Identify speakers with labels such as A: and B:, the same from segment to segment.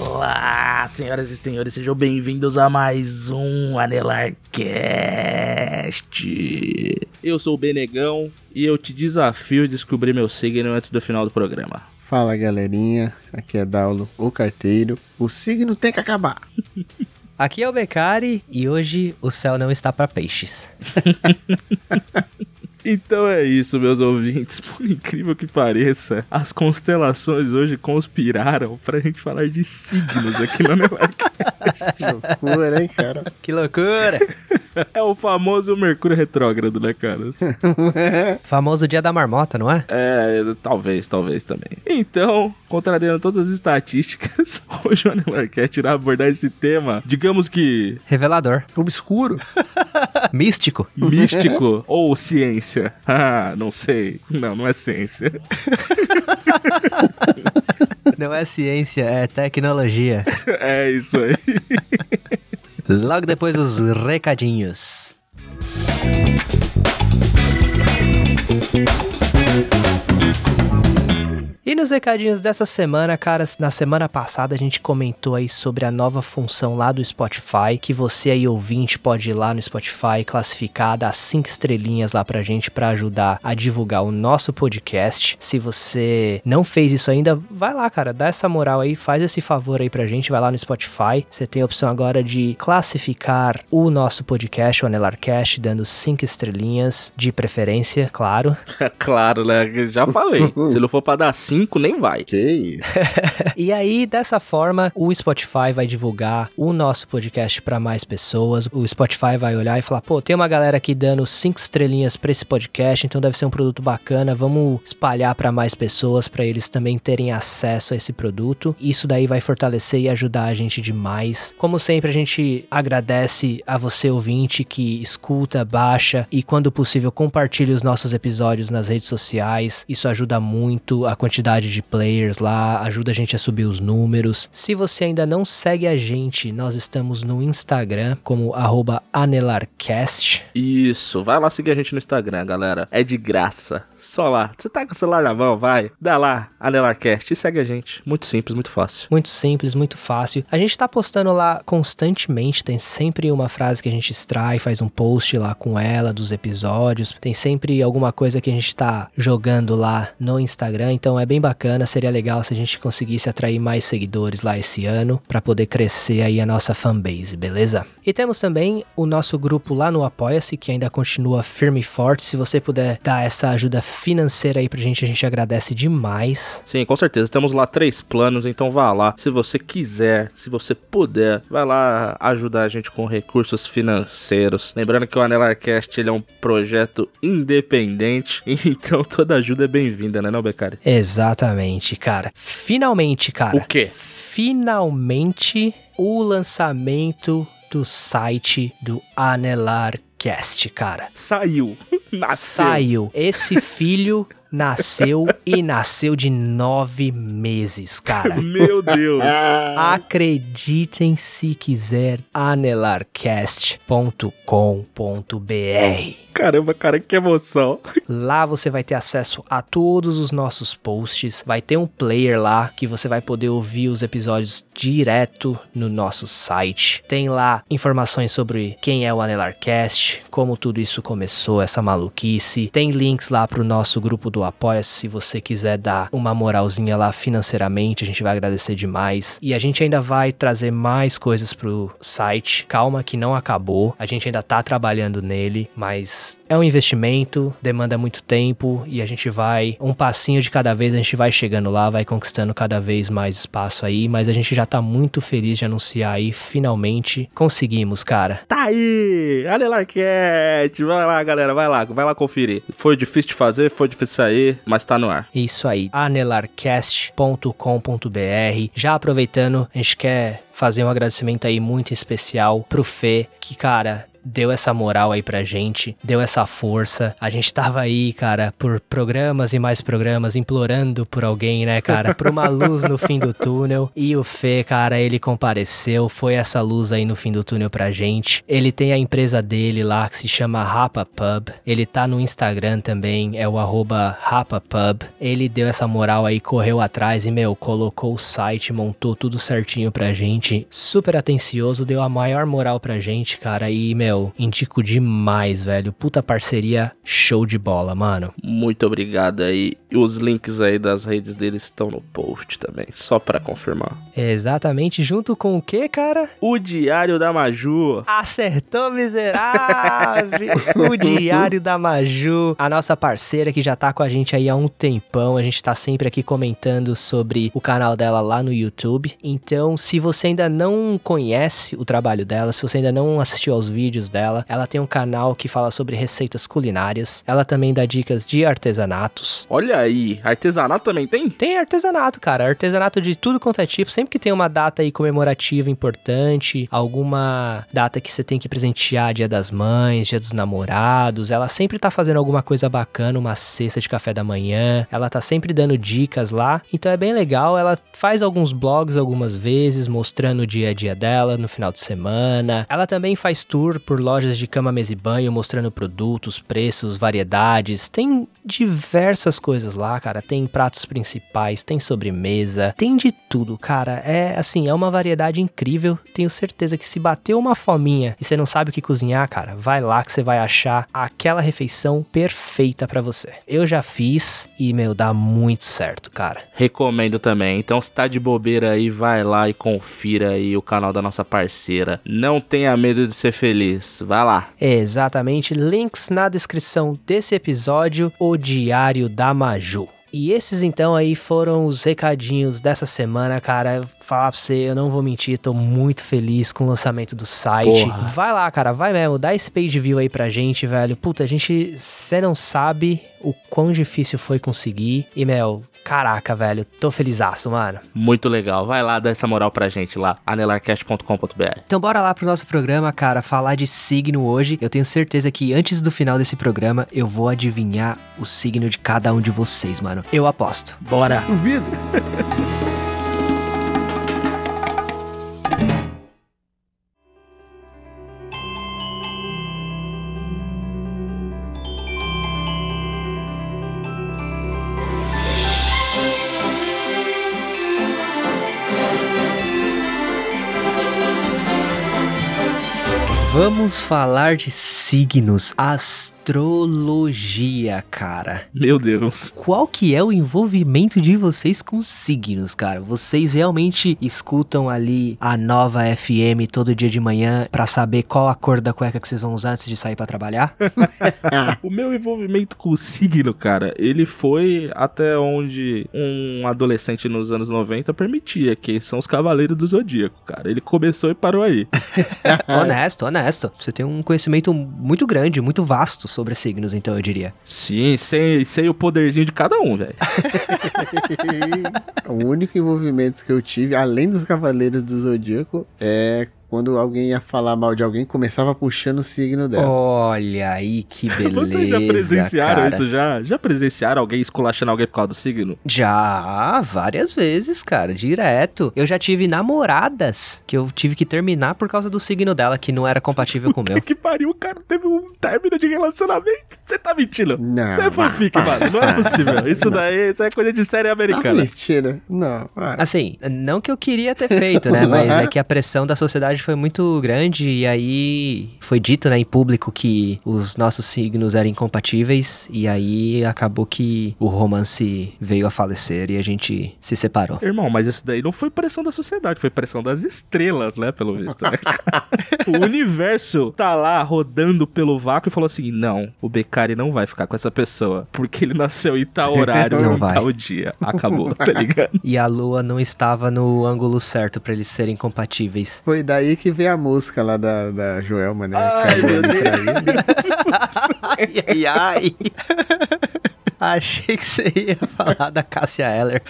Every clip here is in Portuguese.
A: Olá, senhoras e senhores, sejam bem-vindos a mais um AnelarCast. Eu sou o Benegão e eu te desafio a descobrir meu signo antes do final do programa.
B: Fala galerinha, aqui é Daulo, o carteiro. O signo tem que acabar.
C: Aqui é o Becari e hoje o céu não está para peixes.
A: Então é isso, meus ouvintes. Por incrível que pareça, as constelações hoje conspiraram pra gente falar de signos aqui no AnelarCast.
B: Que loucura, hein, cara?
C: Que loucura!
A: É o famoso Mercúrio Retrógrado, né, caras?
C: Famoso dia da marmota, não é?
A: É, talvez, talvez também. Então, contrariando todas as estatísticas, hoje o Anelar quer tirar abordar esse tema, digamos que
C: Revelador.
B: Obscuro.
C: Místico.
A: místico ou ciência. Ah, não sei. Não, não é ciência.
C: Não é ciência, é tecnologia.
A: É isso aí.
C: Logo depois os recadinhos. E nos recadinhos dessa semana, cara, na semana passada a gente comentou aí sobre a nova função lá do Spotify, que você aí ouvinte pode ir lá no Spotify e classificar, dar cinco estrelinhas lá pra gente pra ajudar a divulgar o nosso podcast. Se você não fez isso ainda, vai lá, cara, dá essa moral aí, faz esse favor aí pra gente, vai lá no Spotify. Você tem a opção agora de classificar o nosso podcast, o Anelarcast, dando cinco estrelinhas, de preferência, claro.
A: claro, né? Já falei. Se não for pra dar cinco, nem vai.
B: Que isso?
C: E aí, dessa forma, o Spotify vai divulgar o nosso podcast pra mais pessoas. O Spotify vai olhar e falar: pô, tem uma galera aqui dando cinco estrelinhas pra esse podcast, então deve ser um produto bacana. Vamos espalhar pra mais pessoas, pra eles também terem acesso a esse produto. Isso daí vai fortalecer e ajudar a gente demais. Como sempre, a gente agradece a você, ouvinte, que escuta, baixa e, quando possível, compartilhe os nossos episódios nas redes sociais. Isso ajuda muito a quantidade de players lá, ajuda a gente a subir os números. Se você ainda não segue a gente, nós estamos no Instagram como arroba anelarcast.
A: Isso, vai lá seguir a gente no Instagram, galera. É de graça. Só lá. Você tá com o celular na mão, vai. Dá lá, AnelarCast e segue a gente. Muito simples, muito fácil.
C: Muito simples, muito fácil. A gente tá postando lá constantemente, tem sempre uma frase que a gente extrai, faz um post lá com ela dos episódios. Tem sempre alguma coisa que a gente tá jogando lá no Instagram, então é bem bacana, seria legal se a gente conseguisse atrair mais seguidores lá esse ano pra poder crescer aí a nossa fanbase, beleza? E temos também o nosso grupo lá no Apoia-se, que ainda continua firme e forte. Se você puder dar essa ajuda financeira aí pra gente, a gente agradece demais.
A: Sim, com certeza. Temos lá três planos, então vá lá. Se você quiser, se você puder, vai lá ajudar a gente com recursos financeiros. Lembrando que o Anelarcast ele é um projeto independente, então toda ajuda é bem-vinda, né, não, Becari?
C: Exatamente, cara. Finalmente, cara.
A: O quê?
C: Finalmente o lançamento do site do Anelarcast, cara.
A: Saiu. Nasceu.
C: Saiu. Esse filho nasceu e nasceu de nove meses, cara.
A: Meu Deus.
C: Acreditem se quiser, anelarcast.com.br.
A: Caramba, cara, que emoção.
C: Lá você vai ter acesso a todos os nossos posts, vai ter um player lá que você vai poder ouvir os episódios direto no nosso site. Tem lá informações sobre quem é o Anelarcast, como tudo isso começou, essa maluquice. Tem links lá pro nosso grupo do do Apoia. Se você quiser dar uma moralzinha lá financeiramente, a gente vai agradecer demais. E a gente ainda vai trazer mais coisas pro site. Calma que não acabou. A gente ainda tá trabalhando nele, mas é um investimento, demanda muito tempo e a gente vai um passinho de cada vez, a gente vai chegando lá, vai conquistando cada vez mais espaço aí, mas a gente já tá muito feliz de anunciar aí finalmente conseguimos, cara.
A: Tá aí! Anelarcast! Vai lá, galera, vai lá, vai lá conferir. Foi difícil de fazer, foi difícil de sair, mas tá no ar.
C: Isso aí, anelarcast.com.br. Já aproveitando, a gente quer fazer um agradecimento aí muito especial pro Fê, que, cara, deu essa moral aí pra gente, deu essa força. A gente tava aí, cara, por programas e mais programas, implorando por alguém, né, cara, por uma luz no fim do túnel. E o Fê, cara, ele compareceu, foi essa luz aí no fim do túnel pra gente. Ele tem a empresa dele lá que se chama Rapa Pub. Ele tá no Instagram também, é o arroba RapaPub. Ele deu essa moral aí, correu atrás e, meu, colocou o site, montou tudo certinho pra gente. Super atencioso, deu a maior moral pra gente, cara. E, meu, meu, indico demais, velho. Puta parceria, show de bola, mano.
A: Muito obrigado aí. E os links aí das redes deles estão no post também, só pra confirmar.
C: Exatamente, junto com o que, cara?
A: O Diário da Maju.
C: Acertou, miserável! o Diário da Maju, a nossa parceira que já tá com a gente aí há um tempão. A gente tá sempre aqui comentando sobre o canal dela lá no YouTube. Então, se você ainda não conhece o trabalho dela, se você ainda não assistiu aos vídeos, vídeos dela. Ela tem um canal que fala sobre receitas culinárias. Ela também dá dicas de artesanatos.
A: Olha aí, artesanato também tem?
C: Tem artesanato, cara. Artesanato de tudo quanto é tipo. Sempre que tem uma data aí comemorativa importante, alguma data que você tem que presentear, dia das mães, dia dos namorados, ela sempre tá fazendo alguma coisa bacana, uma cesta de café da manhã. Ela tá sempre dando dicas lá. Então é bem legal. Ela faz alguns blogs algumas vezes, mostrando o dia a dia dela no final de semana. Ela também faz tour por lojas de cama, mesa e banho, mostrando produtos, preços, variedades. Tem diversas coisas lá, cara. Tem pratos principais, tem sobremesa, tem de tudo, cara. É assim, é uma variedade incrível. Tenho certeza que se bateu uma fominha e você não sabe o que cozinhar, cara, vai lá que você vai achar aquela refeição perfeita para você. Eu já fiz e, meu, dá muito certo, cara.
A: Recomendo também. Então, se tá de bobeira aí, vai lá e confira aí o canal da nossa parceira. Não tenha medo de ser feliz. Vai lá.
C: É, Exatamente. Links na descrição desse episódio, o Diário da Maju. E esses então aí foram os recadinhos dessa semana, cara. Falar pra você, eu não vou mentir, tô muito feliz com o lançamento do site.
A: Porra.
C: Vai lá, cara, vai mesmo, dá esse page view aí pra gente, velho. Puta, a gente, você não sabe o quão difícil foi conseguir. E, meu, caraca, velho, tô felizaço, mano.
A: Muito legal. Vai lá, dá essa moral pra gente lá. anelarcast.com.br.
C: Então bora lá pro nosso programa, cara, falar de signo hoje. Eu tenho certeza que antes do final desse programa eu vou adivinhar o signo de cada um de vocês, mano. Eu aposto.
A: Bora!
B: Duvido.
C: Vamos falar de signos, astrologia, cara.
A: Meu Deus.
C: Qual que é o envolvimento de vocês com signos, cara? Vocês realmente escutam ali a nova FM todo dia de manhã pra saber qual a cor da cueca que vocês vão usar antes de sair pra trabalhar?
A: O meu envolvimento com o signo, cara, ele foi até onde um adolescente nos anos 90 permitia, que são os Cavaleiros do Zodíaco, cara. Ele começou e parou aí. É.
C: honesto, honesto. Você tem um conhecimento muito grande, muito vasto sobre signos, então eu diria.
A: Sim, sei, sei o poderzinho de cada um, velho.
B: o único envolvimento que eu tive, além dos Cavaleiros do Zodíaco, é quando alguém ia falar mal de alguém, começava puxando o signo dela.
C: Olha aí que beleza.
A: É. Vocês já presenciaram
C: cara.
A: isso já? Já presenciaram alguém esculachando alguém por causa do signo?
C: Já, várias vezes, cara, direto. Eu já tive namoradas que eu tive que terminar por causa do signo dela, que não era compatível com o meu.
A: Que pariu, o cara teve um término de relacionamento. Você tá mentindo.
B: Não.
A: Você é fanfic, mano. Não é possível. Isso daí, isso é coisa de série
B: Ah,
A: americana.
B: mentira. Não, ah, para.
C: Assim, não que eu queria ter feito, né? Mas é que a pressão da sociedade podcast foi muito grande e aí foi dito, né, em público que os nossos signos eram incompatíveis e aí acabou que o romance veio a falecer e a gente se separou.
A: Irmão, mas isso daí não foi pressão da sociedade, foi pressão das estrelas, né? Pelo visto. né? o universo tá lá rodando pelo vácuo e falou assim: não, o Beccari não vai ficar com essa pessoa, porque ele nasceu em tal horário,
C: Não
A: em
C: vai.
A: tal dia. Acabou, tá ligado?
C: E a lua não estava no ângulo certo pra eles serem compatíveis.
B: Foi daí que veio a música lá da, da Joelma, né? Caiu
A: meu
B: no traído.
C: Ai, ai, ai. Achei que você ia falar da Cássia Eller.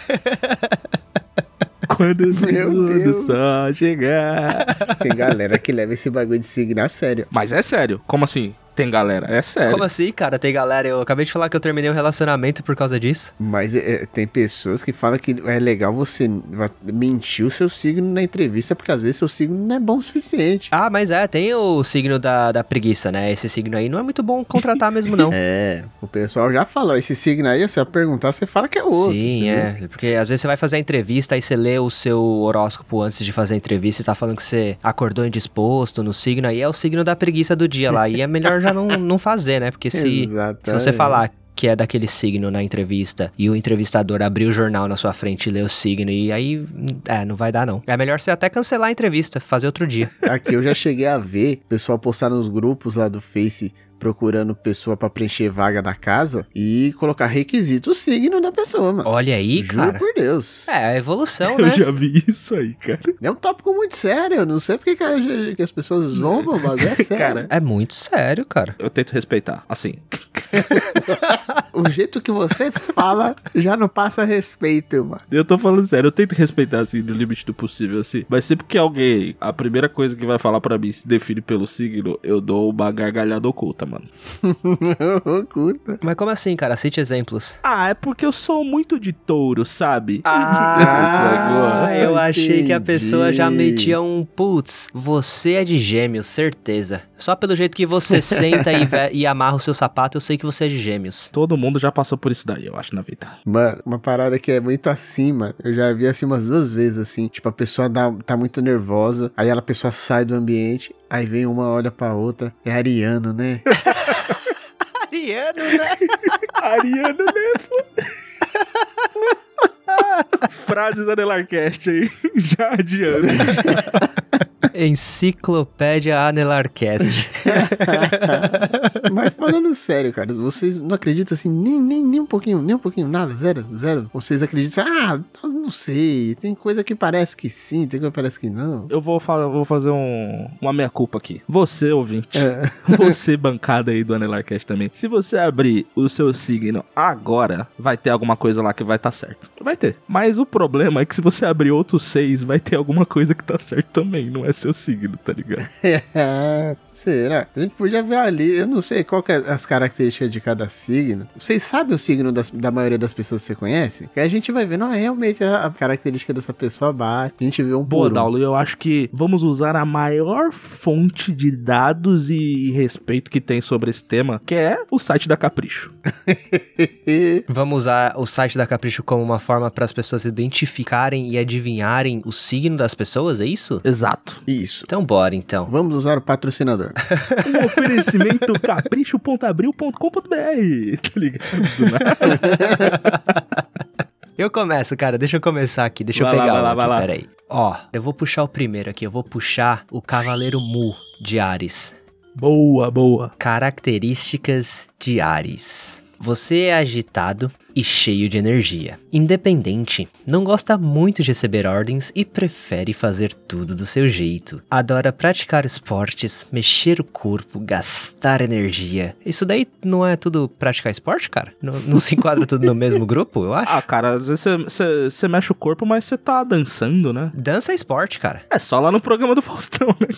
A: Quando o segundo
B: Deus.
A: só chegar.
B: Tem galera que leva esse bagulho de signo a sério.
A: Mas é sério, como assim? Tem galera, é sério.
C: Como assim, cara? Tem galera, eu acabei de falar que eu terminei um relacionamento por causa disso.
B: Mas é, é, tem pessoas que falam que é legal você va- mentir o seu signo na entrevista, porque às vezes seu signo não é bom o suficiente.
C: Ah, mas é, tem o signo da, da preguiça, né? Esse signo aí não é muito bom contratar mesmo, não.
B: É, o pessoal já falou, esse signo aí, se você perguntar, você fala que é outro.
C: Sim,
B: entendeu?
C: é. Porque às vezes você vai fazer a entrevista, aí você lê o seu horóscopo antes de fazer a entrevista e tá falando que você acordou indisposto no signo, aí é o signo da preguiça do dia lá. E é melhor já não, não fazer, né? Porque se, se você
B: Exatamente.
C: falar que é daquele signo na entrevista e o entrevistador abrir o jornal na sua frente e ler o signo, e aí, é, não vai dar não. É melhor você até cancelar a entrevista, fazer outro dia.
B: Aqui eu já cheguei a ver pessoal postar nos grupos lá do Face procurando pessoa pra preencher vaga na casa e colocar requisito o signo da pessoa, mano.
C: Olha aí,
B: Juro
C: cara.
B: por Deus.
C: É, a evolução,
A: Eu
C: né?
A: já vi isso aí, cara.
B: É um tópico muito sério, eu não sei porque que, a- que as pessoas zombam, o bagulho é sério.
A: Cara.
C: É muito sério, cara.
A: Eu tento respeitar, assim.
B: O jeito que você fala já não passa respeito, mano.
A: Eu tô falando sério, eu tento respeitar, assim, do limite do possível, assim. Mas sempre que alguém, a primeira coisa que vai falar pra mim se define pelo signo, eu dou uma gargalhada oculta, mano.
B: Oculta.
C: Mas como assim, cara? Cite exemplos.
A: Ah, é porque eu sou muito de touro, sabe?
B: Ah,
C: Ah, eu achei que a pessoa já
B: entendi.
C: metia um putz, você é de gêmeos, certeza. Só pelo jeito que você senta e, ve- e amarra o seu sapato, eu sei que você é de gêmeos.
A: Todo mundo já passou por isso daí, eu acho, na vida.
B: Mano, uma parada que é muito acima. Eu já vi assim umas duas vezes assim. Tipo, a pessoa dá- tá muito nervosa. Aí ela, a pessoa sai do ambiente. Aí vem uma, olha pra outra. É ariano, né?
C: Ariano, né?
A: Ariano né, Nefo. Frases da Nelarcast aí, já adiando.
C: Enciclopédia Anelarcast.
B: Mas falando sério, cara, vocês não acreditam assim, nem, nem, nem um pouquinho, nem um pouquinho, nada, zero, zero. Vocês acreditam, ah, não sei. Tem coisa que parece que sim, tem coisa que parece que não.
A: Eu vou, fa- vou fazer um, uma meia-culpa aqui. Você, ouvinte,
B: É.
A: você, bancada aí do Anelarcast também, se você abrir o seu signo agora, vai ter alguma coisa lá que vai estar tá certo. Vai ter. Mas o problema é que se você abrir outros seis, vai ter alguma coisa que tá certo também. Não é seu signo, tá ligado?
B: Será? A gente podia ver ali, eu não sei qual que é as características de cada signo. Vocês sabem o signo das- da maioria das pessoas que você conhece? Que a gente vai ver, não, é realmente a a característica dessa pessoa bate. A gente vê um
A: Boa,
B: por um.
A: Daulo, eu acho que vamos usar a maior fonte de dados e respeito que tem sobre esse tema, que é o site da Capricho.
C: Vamos usar o site da Capricho como uma forma para as pessoas identificarem e adivinharem o signo das pessoas, é isso?
A: Exato.
B: Isso.
C: Então bora então.
B: Vamos usar o patrocinador.
A: Um oferecimento capricho.abril.com.br, tá ligado? Do nada.
C: Eu começo, cara. Deixa eu começar aqui. Deixa
A: Vai
C: eu
A: lá,
C: pegar
A: vai
C: um
A: lá,
C: aqui,
A: vai lá.
C: Peraí. Ó, eu vou puxar o primeiro aqui. Eu vou puxar o Cavaleiro Mu de Ares.
A: Boa, boa.
C: Características de Ares. Você é agitado e cheio de energia. Independente, não gosta muito de receber ordens e prefere fazer tudo do seu jeito. Adora praticar esportes, mexer o corpo, gastar energia. Isso daí não é tudo praticar esporte, cara? Não, não se enquadra tudo no mesmo grupo, eu acho?
A: Ah, cara, às vezes você mexe o corpo, mas você tá dançando, né?
C: Dança é esporte, cara.
A: É só lá no programa do Faustão, né?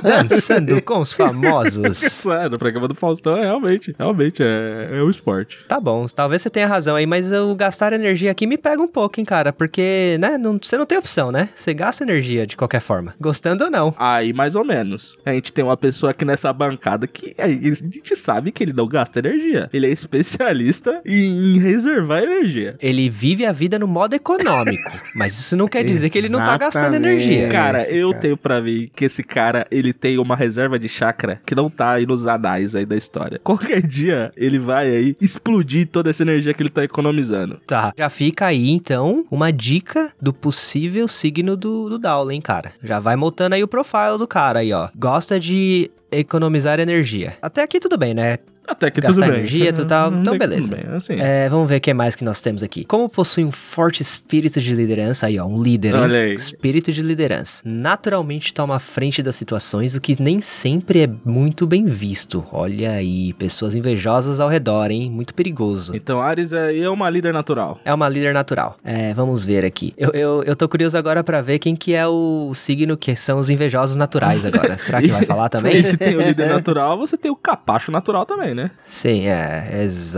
C: Dançando com os famosos.
A: Sério, no programa do Faustão é realmente, realmente é, é o esporte.
C: Tá bom, talvez você tem a razão aí, mas o gastar energia aqui me pega um pouco, hein, cara? Porque, né, não- você não tem opção, né? Você gasta energia de qualquer forma. Gostando ou não.
A: Aí, mais ou menos. A gente tem uma pessoa aqui nessa bancada que a gente sabe que ele não gasta energia. Ele é especialista em reservar energia.
C: Ele vive a vida no modo econômico, mas isso não quer dizer que ele não tá gastando energia.
B: É
A: cara,
B: isso,
A: eu
B: cara.
A: tenho pra mim que esse cara, ele tem uma reserva de chakra que não tá aí nos anais aí da história. Qualquer dia, ele vai aí explodir toda essa energia que ele tá economizando.
C: Tá. Já fica aí, então, uma dica do possível signo do, do Dowling, cara. Já vai montando aí o profile do cara aí, ó. Gosta de economizar energia. Até aqui tudo bem, né?
A: Até que
C: Gastar
A: tudo bem.
C: energia, tu tá-
A: Hum,
C: então
A: até que
C: beleza.
A: Tudo bem, assim.
C: É, vamos ver o que mais que nós temos aqui. Como possui um forte espírito de liderança, aí ó, um líder, hein?
A: Olha aí.
C: Espírito de liderança. Naturalmente toma a frente das situações, o que nem sempre é muito bem visto. Olha aí, pessoas invejosas ao redor, hein? Muito perigoso.
A: Então, Ares aí é uma líder natural.
C: É uma líder natural. É, vamos ver aqui. Eu, eu, eu tô curioso agora pra ver quem que é o signo que são os invejosos naturais agora. Será que vai falar também?
A: E se tem o líder natural, você tem o capacho natural também, né?
C: Sim, é,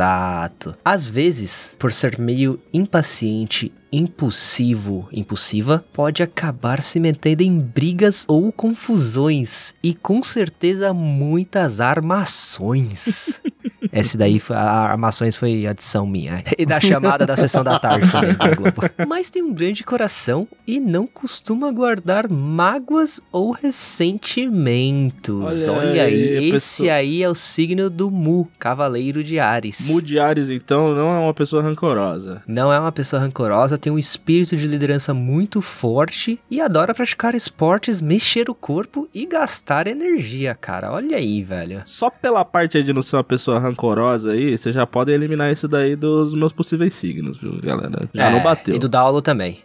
C: exato. Às vezes, por ser meio impaciente, impulsivo, impulsiva, pode acabar se metendo em brigas ou confusões e com certeza muitas armações. Esse daí, foi, a armações foi adição minha. E da chamada da sessão da tarde também, da Globo. Mas tem um grande coração e não costuma guardar mágoas ou ressentimentos.
A: Olha
C: Olha,
A: aí,
C: aí, esse
A: pessoal.
C: aí é o signo do Mu, Cavaleiro de Ares.
A: Mu de Ares, então, não é uma pessoa rancorosa.
C: Não é uma pessoa rancorosa, tem um espírito de liderança muito forte e adora praticar esportes, mexer o corpo e gastar energia, cara. Olha aí, velho.
A: Só pela parte aí de não ser uma pessoa rancorosa aí, você já pode eliminar isso daí dos meus possíveis signos, viu, galera? Já
C: É,
A: não bateu.
C: E do Daulo também.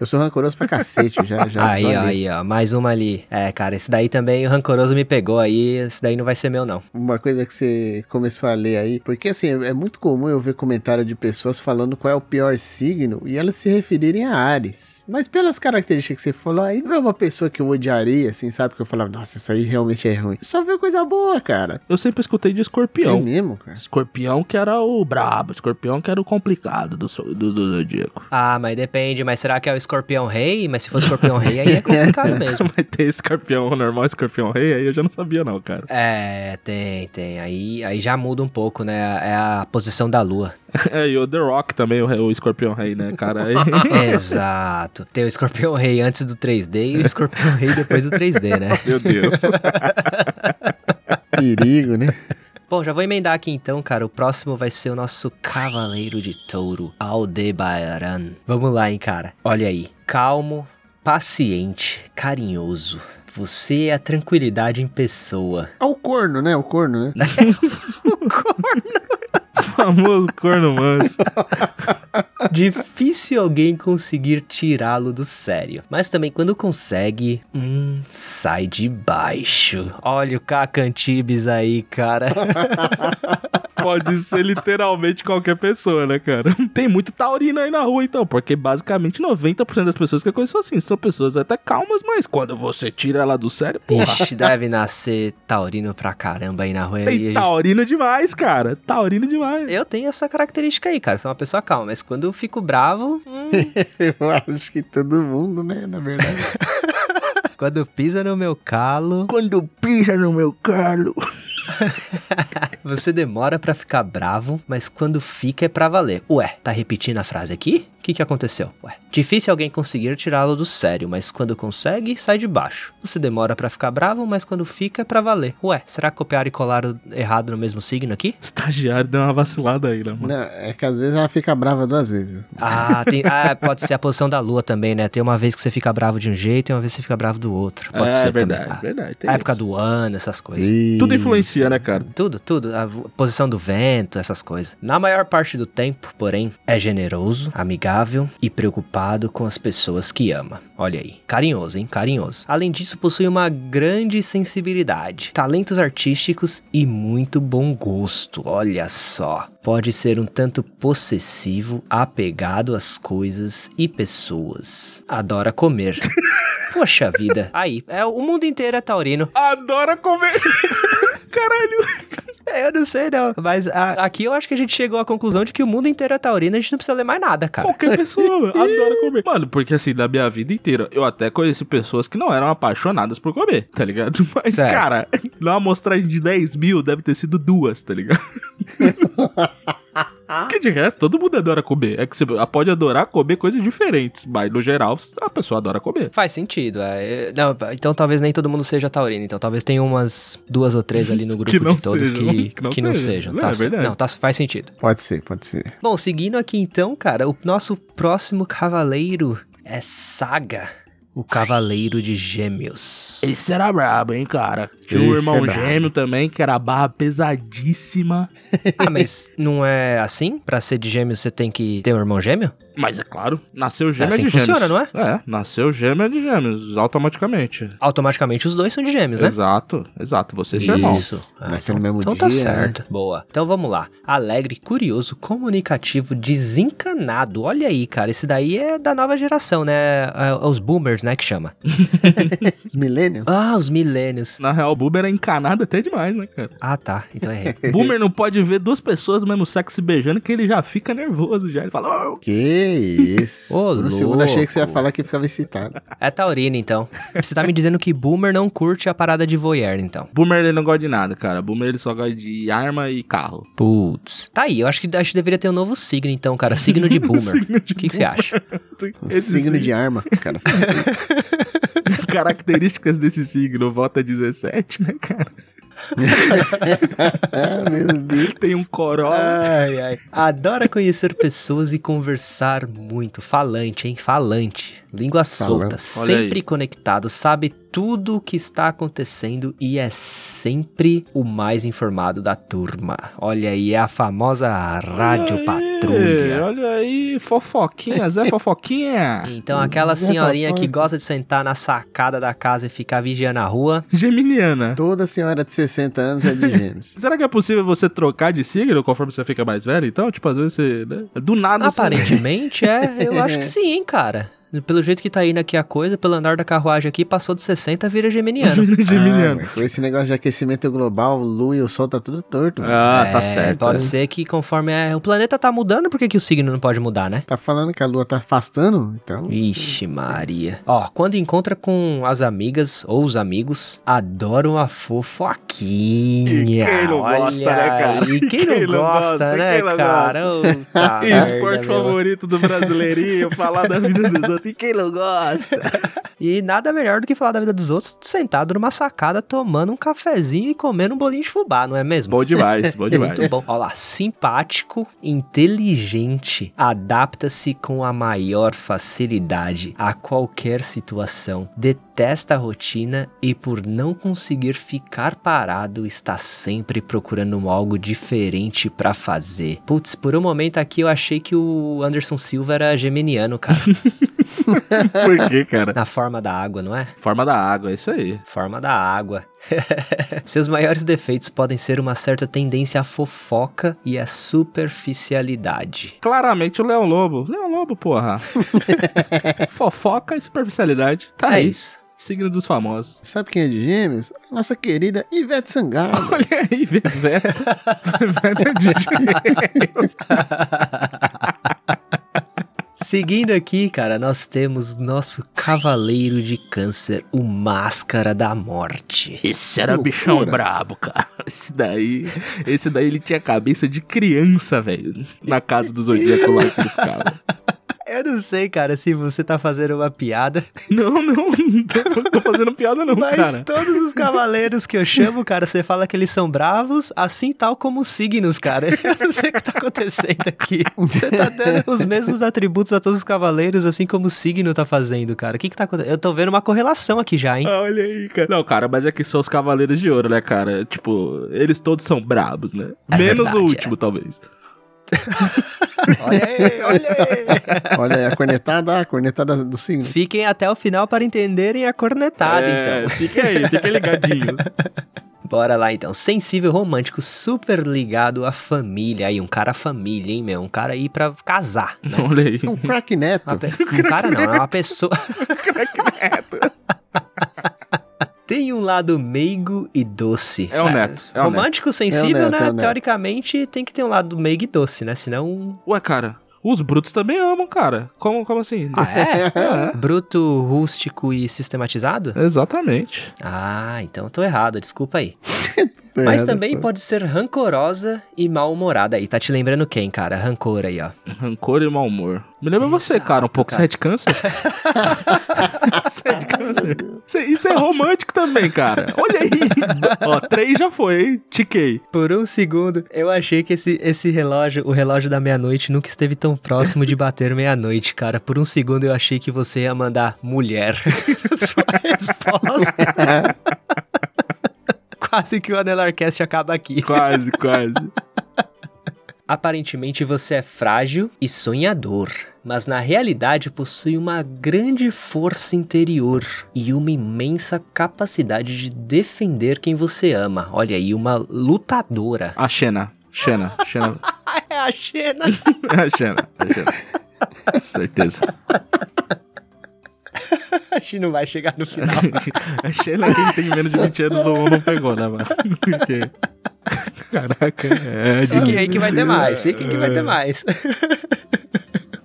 B: eu sou rancoroso pra cacete, eu já. já
C: aí,
B: tô
C: ó,
B: ali.
C: aí, ó. Mais uma ali. É, cara, esse daí também, o rancoroso me pegou aí. Esse daí não vai ser meu, não.
B: Uma coisa que você começou a ler aí, porque assim, é muito comum eu ver comentário de pessoas falando qual é o pior signo e elas se referirem a Ares. Mas pelas características que você falou, aí não é uma pessoa que eu odiaria, assim, sabe? Que eu falava, nossa, isso aí realmente é ruim. Só vê coisa boa, cara.
A: Eu sempre escutei de
B: É
A: escorpião.
B: mesmo, cara.
A: Escorpião que era o brabo, escorpião que era o complicado do, so- do, do zodíaco.
C: Ah, mas depende. Mas será que é o escorpião rei? Mas se for escorpião rei, aí é complicado mesmo.
A: Mas tem escorpião normal, escorpião rei, aí eu já não sabia não, cara.
C: É, tem, tem. Aí, aí já muda um pouco, né? É a posição da lua.
A: É, e o The Rock também, o, rei- o escorpião rei, né, cara? Aí-
C: Exato. Tem o escorpião rei antes do 3D e o escorpião rei depois do 3D, né?
A: Meu Deus.
B: Perigo, né?
C: Bom, já vou emendar aqui então, cara. O próximo vai ser o nosso Cavaleiro de Touro, Aldebaran. Vamos lá, hein, cara. Olha aí. Calmo, paciente, carinhoso. Você é a tranquilidade em pessoa.
B: É o corno, né? O corno, né?
A: famoso corno manso.
C: Difícil alguém conseguir tirá-lo do sério. Mas também quando consegue, hum, sai de baixo. Olha o Cacantibes aí, cara.
A: Pode ser literalmente qualquer pessoa, né, cara? Tem muito taurino aí na rua, então, porque basicamente 90% das pessoas que eu conheço assim são pessoas até calmas, mas quando você tira ela do sério, porra.
C: Ixi, deve nascer taurino pra caramba aí na rua. e a
A: Tem
C: gente-
A: taurino demais, cara. Taurino demais.
C: Eu tenho essa característica aí, cara. Sou uma pessoa calma, mas quando eu fico bravo, hum,
B: Eu acho que todo mundo, né? Na verdade.
C: quando pisa no meu calo,
A: Quando pija no meu calo.
C: você demora pra ficar bravo, mas quando fica é pra valer. Ué, tá repetindo a frase aqui? O que, que aconteceu? Ué, difícil alguém conseguir tirá-lo do sério, mas quando consegue, sai de baixo. Você demora pra ficar bravo, mas quando fica é pra valer. Ué, será que copiaram e colaram errado no mesmo signo aqui?
A: Estagiário deu uma vacilada aí, né, mano?
B: Não, é que às vezes ela fica brava duas vezes.
C: Ah, tem- ah, pode ser a posição da lua também, né? Tem uma vez que você fica bravo de um jeito e uma vez que você fica bravo do outro. Pode
A: é
C: ser
A: verdade,
C: também. Ah,
A: verdade. tem
C: a época
A: isso.
C: do ano, essas coisas.
A: Tudo influencia, né, cara?
C: Tudo, tudo. A vo- posição do vento, essas coisas. Na maior parte do tempo, porém, é generoso, amigável e preocupado com as pessoas que ama. Olha aí. Carinhoso, hein? Carinhoso. Além disso, possui uma grande sensibilidade, talentos artísticos e muito bom gosto. Olha só. Pode ser um tanto possessivo, apegado às coisas e pessoas. Adora comer. Poxa vida. Aí, é, o mundo inteiro é taurino.
A: Adora comer. Caralho.
C: É, Eu não sei, não. Mas a- aqui eu acho que a gente chegou à conclusão de que o mundo inteiro é taurino, a gente não precisa ler mais nada, cara.
A: Qualquer pessoa mano, adora comer. Mano, porque assim, da minha vida inteira, eu até conheci pessoas que não eram apaixonadas por comer, tá ligado? Mas,
C: Certo.
A: cara, numa amostragem de 10 mil, deve ter sido duas, tá ligado? Porque de resto, todo mundo adora comer. É que você pode adorar comer coisas diferentes, mas no geral, a pessoa adora comer.
C: Faz sentido, é. Eu- não, então talvez nem todo mundo seja taurino, então talvez tenha umas duas ou três ali no grupo
A: Que não
C: de todos
A: sejam,
C: que,
A: que não
C: que não
A: sejam.
C: sejam. Tá,
A: É
C: cer-
A: verdade.
C: não, tá, faz sentido.
B: Pode ser, pode ser.
C: Bom, seguindo aqui então, cara, o nosso próximo cavaleiro é Saga, o Cavaleiro de Gêmeos.
A: Esse era brabo, hein, cara? Tinha
B: Esse
A: um
B: é
A: irmão
B: brabo.
A: gêmeo também, que era a barra pesadíssima.
C: Ah, mas não é assim? Pra ser de gêmeo você tem que ter um irmão gêmeo?
A: Mas é claro, nasceu gêmeo é,
C: assim
A: de
C: que
A: gêmeos.
C: funciona, não é?
A: É, nasceu gêmeo é de gêmeos, automaticamente.
C: Automaticamente os dois são de gêmeos, né?
A: Exato, exato. Você e seu
B: Tá
A: irmão.
C: Isso. Ah,
B: Nasceu
C: então,
B: no mesmo
C: então
B: dia.
C: tá
B: né?
C: certo. Boa. Então vamos lá. Alegre, curioso, comunicativo, desencanado. Olha aí, cara. Esse daí é da nova geração, né? É, Os boomers, né? Que chama.
B: Os millennials?
C: Ah, os milênios.
A: Na real, o Boomer é encanado até demais, né, cara?
C: Ah, tá. Então é.
A: Boomer não pode ver duas pessoas do mesmo sexo se beijando que ele já fica nervoso já. Ele fala, "Oh,
B: Que isso.
C: Ô,
B: Por um segundo achei que você ia
C: louco.
B: falar que ficava excitado.
C: É taurina, então. Você tá me dizendo que boomer não curte a parada de voyeur, então.
A: Boomer ele não gosta de nada, cara. Boomer ele só gosta de arma e carro.
C: Putz. Tá aí. Eu acho que a gente deveria ter um novo signo, então, cara. Signo de boomer.
A: Signo de
C: O que que você acha? Um
B: Um signo de arma, cara.
A: Características desse signo, vota 17, né, cara?
B: Ah, Meu Deus.
A: Tem um Corolla.
C: Ai, ai. Adora conhecer pessoas e conversar muito. Falante, hein? Falante. Língua solta.
A: Olha aí.
C: Sempre conectado. Sabe tudo o que está acontecendo e é sempre o mais informado da turma. Olha aí, é a famosa Rádio
A: Ei,
C: Patrulha.
A: Olha aí, fofoquinha, Zé Fofoquinha.
C: Então, aquela
B: Zé Patrulha.
C: senhorinha que gosta de sentar na sacada da casa e ficar vigiando a rua.
A: Geminiana.
B: Toda senhora de 60 anos é de gêmeos.
A: Será que é possível você trocar de signo conforme você fica mais velho? Então, tipo, às vezes você. né? Do nada você-
C: Aparentemente, é. Eu acho que sim, hein, cara. Pelo jeito que tá indo aqui a coisa, pelo andar da carruagem aqui, passou de 60, vira geminiano.
A: Vira
B: Ah,
A: Geminiano.
B: mas com esse negócio de aquecimento global, lua e o sol tá tudo torto. mano.
A: Ah,
C: É, Pode ser que conforme é, o planeta tá mudando, por que, que o signo não pode mudar, né?
B: Tá falando que a lua tá afastando? Então.
C: Ixi, Maria. Ó, quando encontra com as amigas ou os amigos, adoram a fofoquinha.
A: E quem não
C: Olha
A: gosta, né, cara?
C: aí, quem, não gosta, né,
A: quem não
C: cara? Ô, tá merda,
A: Esporte
C: meu.
A: favorito do brasileirinho, falar da vida dos outros. E quem não gosta?
C: E nada melhor do que falar da vida dos outros sentado numa sacada, tomando um cafezinho e comendo um bolinho de fubá, não é mesmo?
A: Bom demais, bom demais.
C: Muito bom. Olha lá, simpático, inteligente, adapta-se com a maior facilidade a qualquer situação, detesta a rotina e, por não conseguir ficar parado, está sempre procurando algo diferente pra fazer. Putz, por um momento aqui eu achei que o Anderson Silva era geminiano, cara,
A: Por quê, cara?
C: na forma da água, não é?
A: Forma da água, é isso aí.
C: Forma da água. Seus maiores defeitos podem ser uma certa tendência à fofoca e à superficialidade.
A: Claramente o Leão Lobo. Leão Lobo, porra. Fofoca e superficialidade. Tá
C: é
A: aí.
C: isso.
A: Signo dos famosos.
B: Sabe quem é de gêmeos? Nossa querida Ivete Sangalo.
A: Olha aí, Veveta. Veveta é de
C: Seguindo aqui, cara, nós temos nosso cavaleiro de câncer, o Máscara da Morte.
A: Esse era
B: Loucura.
A: bichão brabo, cara. Esse daí, esse daí ele tinha cabeça de criança, velho. Na casa do Zodíaco lá que ele ficava.
C: Eu não sei, cara, se você tá fazendo uma piada,
A: Não, não, não tô, tô fazendo piada não,
C: mas
A: cara.
C: todos os cavaleiros que eu chamo, cara, você fala que eles são bravos, assim tal como os signos, cara. Eu não sei o que tá acontecendo aqui. Você tá dando os mesmos atributos a todos os cavaleiros, assim como o signo tá fazendo, cara. O que que tá acontecendo? Eu tô vendo uma correlação aqui já, hein?
A: Olha aí, cara. Não, cara, mas é que são os Cavaleiros de Ouro, né, cara? Tipo, eles todos são brabos, né?
C: É
A: Menos
C: verdade,
A: o último, talvez.
C: Olha aí, olha aí.
B: Olha aí, a cornetada, a cornetada do signo.
C: Fiquem até o final para entenderem a cornetada, então.
A: é, Fiquem aí, fiquem ligadinhos.
C: Bora lá então. Sensível, romântico, super ligado à família. Aí, um cara família, hein, meu? Um cara aí pra casar. né?
A: Olha aí.
B: É um crack neto.
C: Uma pe- Um cara não, é uma pessoa. Tem um lado meigo e doce. Né?
A: É o Neto, é o
C: romântico, sensível,
B: É o Neto,
C: né?
B: é o Neto.
C: Teoricamente tem que ter um lado meigo e doce, né? Senão.
A: Ué, cara, os brutos também amam, cara. Como, como assim?
C: Ah, é? Bruto, rústico e sistematizado?
A: Exatamente.
C: Ah, então eu tô errado, desculpa aí.
B: Tá
C: Mas
B: errado,
C: também
B: pô.
C: pode ser rancorosa e mal-humorada. E tá te lembrando quem, cara? Rancor aí, ó.
A: Rancor e mau humor. Me lembra você,
C: Exato,
A: cara, um pouco.
C: cara.
A: Você é de câncer? você é de câncer. Você- isso é romântico também, cara. Olha aí. Ó, três já foi, hein? Tiquei.
C: Por um segundo, eu achei que esse, esse relógio, o relógio da meia-noite, nunca esteve tão próximo de bater meia-noite, cara. Por um segundo eu achei que você ia mandar mulher. Sua resposta. Quase que o Anelarcast acaba aqui.
A: Quase, quase.
C: Aparentemente você é frágil e sonhador, mas na realidade possui uma grande força interior e uma imensa capacidade de defender quem você ama. Olha aí, uma lutadora.
A: A Ah, Xena. Xena. Xena.
C: Ah, é a Xena!
A: A Xena. A Xena. Certeza.
C: A gente não vai chegar no final.
A: A É Xena, quem tem menos de 20 anos não, não pegou, né, mano? Porque... Caraca, é de É.
C: Fiquem aí que vai ter mais, fiquem que vai ter mais.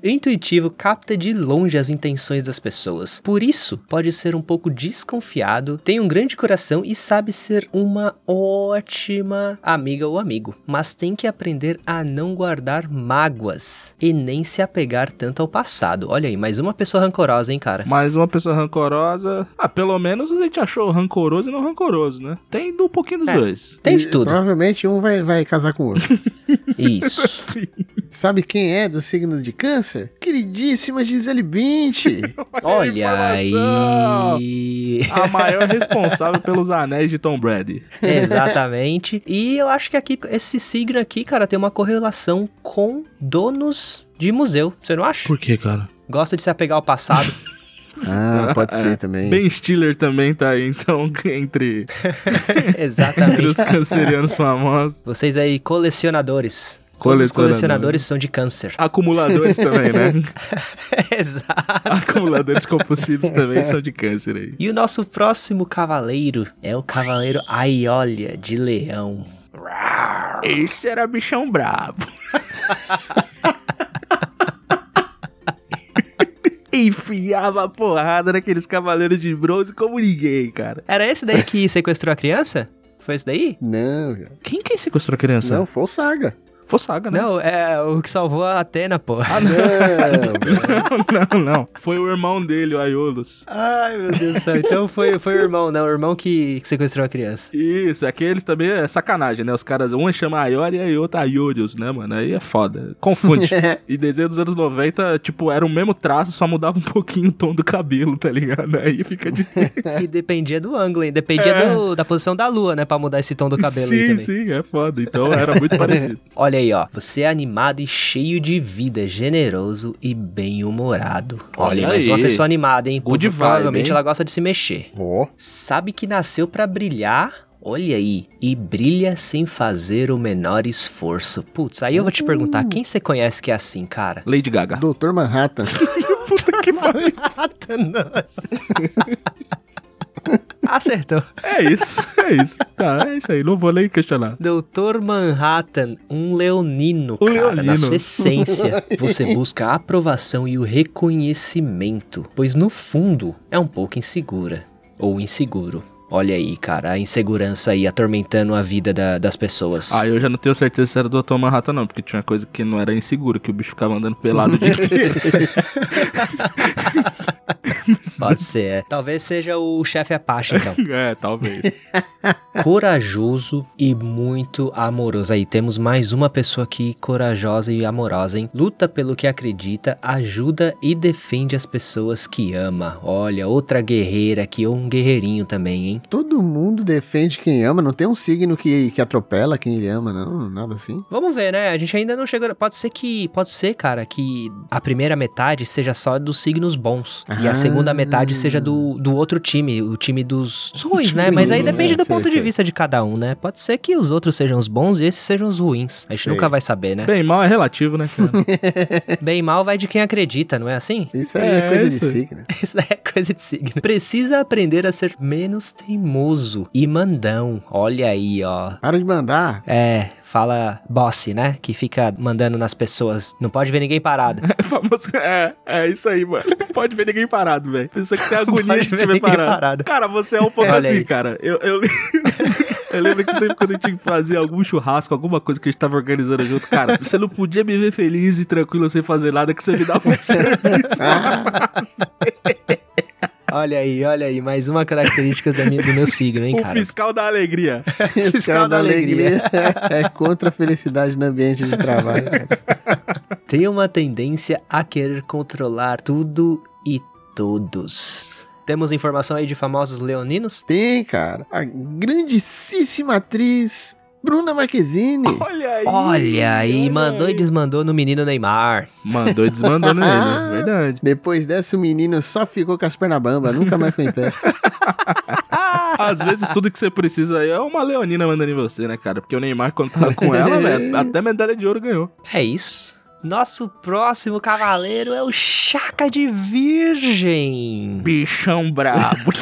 C: Intuitivo capta de longe as intenções das pessoas. Por isso, pode ser um pouco desconfiado, tem um grande coração e sabe ser uma ótima amiga ou amigo. Mas tem que aprender a não guardar mágoas e nem se apegar tanto ao passado. Olha aí, mais uma pessoa rancorosa, hein, cara?
A: É. Mais uma pessoa rancorosa. Ah, pelo menos a gente achou rancoroso e não rancoroso, né? Tem do- um pouquinho dos
C: É.
A: dois.
C: Tem de
B: E
C: tudo.
B: Provavelmente um vai, vai casar com o outro.
C: Isso.
B: Sabe quem é do signo de câncer? Queridíssima Gisele Bündchen.
C: Olha
A: informação!
C: aí.
A: A maior responsável pelos anéis de Tom Brady.
C: Exatamente. E eu acho que aqui esse signo aqui, cara, tem uma correlação com donos de museu. Você não acha?
A: Por que, cara?
C: Gosta de se apegar ao passado.
B: ah, pode ser também.
A: Ben Stiller também tá aí, então, entre, entre os
C: Exatamente.
A: cancerianos famosos.
C: Vocês aí, colecionadores. Todos os
A: Colecionadores.
C: colecionadores são de câncer.
A: Acumuladores também, né?
C: Exato.
A: Acumuladores compulsivos também são de câncer aí.
C: E o nosso próximo cavaleiro é o cavaleiro Aiolia de Leão.
A: Esse era bichão brabo. Enfiava a porrada naqueles cavaleiros de bronze como ninguém, cara.
C: Era esse daí que sequestrou a criança? Foi esse daí?
B: Não, cara.
A: Quem que sequestrou a criança?
B: não, foi o Saga.
A: Foi Saga, né?
C: Não, Ah, é o que salvou a Atena, pô.
B: Não,
A: não, não. Foi o irmão dele, o Aiolos.
C: Ai, meu Deus do céu. Então foi, foi o irmão, né? O irmão que, que sequestrou a criança.
A: Isso, aqueles também é sacanagem, né? Os caras, um chama Aiori e outro Aiorius, né, mano? Aí é foda. Confunde. e desenho dos anos 90, tipo, era o mesmo traço, só mudava um pouquinho o tom do cabelo, tá ligado? Aí fica de.
C: E dependia do ângulo, hein? Dependia
A: É.
C: do- da posição da lua, né? Pra mudar esse tom do cabelo aí
A: sim,
C: também.
A: sim, é foda. Então era muito parecido.
C: Olha aí, ó. Você é animado e cheio de vida, generoso e bem-humorado. Olha,
A: Olha
C: mais
A: aí.
C: uma pessoa animada, hein?
A: Good vibe,
C: Provavelmente
A: hein?
C: ela gosta de se mexer.
B: Ó.
C: Sabe que nasceu pra brilhar. Olha aí, e brilha sem fazer o menor esforço. Putz, aí eu vou te perguntar, quem você conhece que é assim, cara?
A: Lady Gaga.
B: Doutor Manhattan.
C: Nada, não. Acertou.
A: É isso, é isso. Tá, é isso aí. Não vou nem questionar.
C: Doutor Manhattan, um leonino,
A: Um
C: cara, na
A: leonino.
C: sua essência. Você busca a aprovação e o reconhecimento, pois no fundo é um pouco insegura ou inseguro. Olha aí, cara, a insegurança aí atormentando a vida da- das pessoas.
A: Ah, eu já não tenho certeza se era do Dr. Manhattan, não, porque tinha coisa que não era insegura, que o bicho ficava andando pelado o dia inteiro.
C: Pode ser. é. Talvez seja o chefe Apache, então.
A: É, talvez.
C: corajoso e muito amoroso. Aí temos mais uma pessoa aqui corajosa e amorosa, hein? Luta pelo que acredita, ajuda e defende as pessoas que ama. Olha, outra guerreira aqui, ou um guerreirinho também, hein?
B: Todo mundo defende quem ama, não tem um signo que, que atropela quem ele ama, não, nada assim.
C: Vamos ver, né? A gente ainda não chegou. Pode ser que, pode ser, cara, que a primeira metade seja só dos signos bons e
B: Ah,
C: a segunda metade seja do, do outro time, o time dos ruins, né?
B: time
C: Mas aí
B: ruim,
C: depende
B: é,
C: do
B: sei,
C: ponto de
B: sei.
C: vista de cada um, né? Pode ser que os outros sejam os bons e esses sejam os ruins. A gente
B: Sei.
C: nunca vai saber, né?
A: Bem, mal é relativo, né, cara?
C: Bem e mal vai de quem acredita, não é assim?
B: Isso é,
A: É,
B: coisa
A: isso.
B: de signo.
C: Isso daí é coisa de signo. Precisa aprender a ser menos teimoso e mandão. Olha aí, ó.
B: Para de mandar.
C: É, fala boss, né? Que fica mandando nas pessoas. Não pode ver ninguém parado.
A: É famoso. É, é isso aí, mano. Pode ver ninguém parado, velho. Pessoa que tem agonia
C: Pode
A: de
C: ver
A: te ver
C: ninguém
A: parado.
C: parado.
A: Cara, você é um pouco
C: Olha
A: assim,
C: aí.
A: cara. Eu, eu... eu lembro que sempre quando a gente fazia algum churrasco, alguma coisa que a gente tava organizando junto, cara, você não podia me ver feliz e tranquilo sem fazer nada que você me dava um serviço.
C: Olha aí, olha aí. Mais uma característica da minha- do meu signo, hein,
A: O
C: cara?
A: um fiscal da alegria.
B: Esse cara da alegria é contra a felicidade no ambiente de trabalho. cara.
C: Tem uma tendência a querer controlar tudo e todos. Temos informação aí de famosos leoninos?
B: Tem, cara. A grandíssima atriz Bruna Marquezine.
A: Olha aí.
C: Olha aí,
A: olha
C: mandou e
A: aí.
C: desmandou no menino Neymar.
A: Mandou e desmandou nele, verdade.
B: Depois dessa, o menino só ficou com as pernas bamba, nunca mais foi em pé.
A: Às vezes tudo que você precisa aí é uma leonina mandando em você, né, cara? Porque o Neymar, quando tava com ela, velho, até medalha de ouro ganhou.
C: É isso. Nosso próximo cavaleiro é o Chaca de Virgem.
A: Bichão brabo.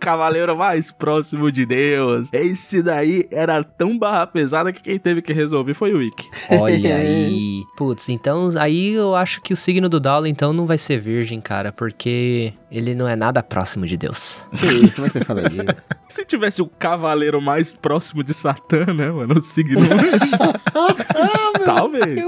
A: Cavaleiro mais próximo de Deus. Esse daí era tão barra pesada que quem teve que resolver foi o Wick.
C: Olha aí. Putz, então aí eu acho que o signo do Dowla então não vai ser virgem, cara, porque ele não é nada próximo de Deus.
B: Que isso, como é que você fala disso?
A: Se tivesse o cavaleiro mais próximo de Satã, né, mano? O signo. talvez. talvez.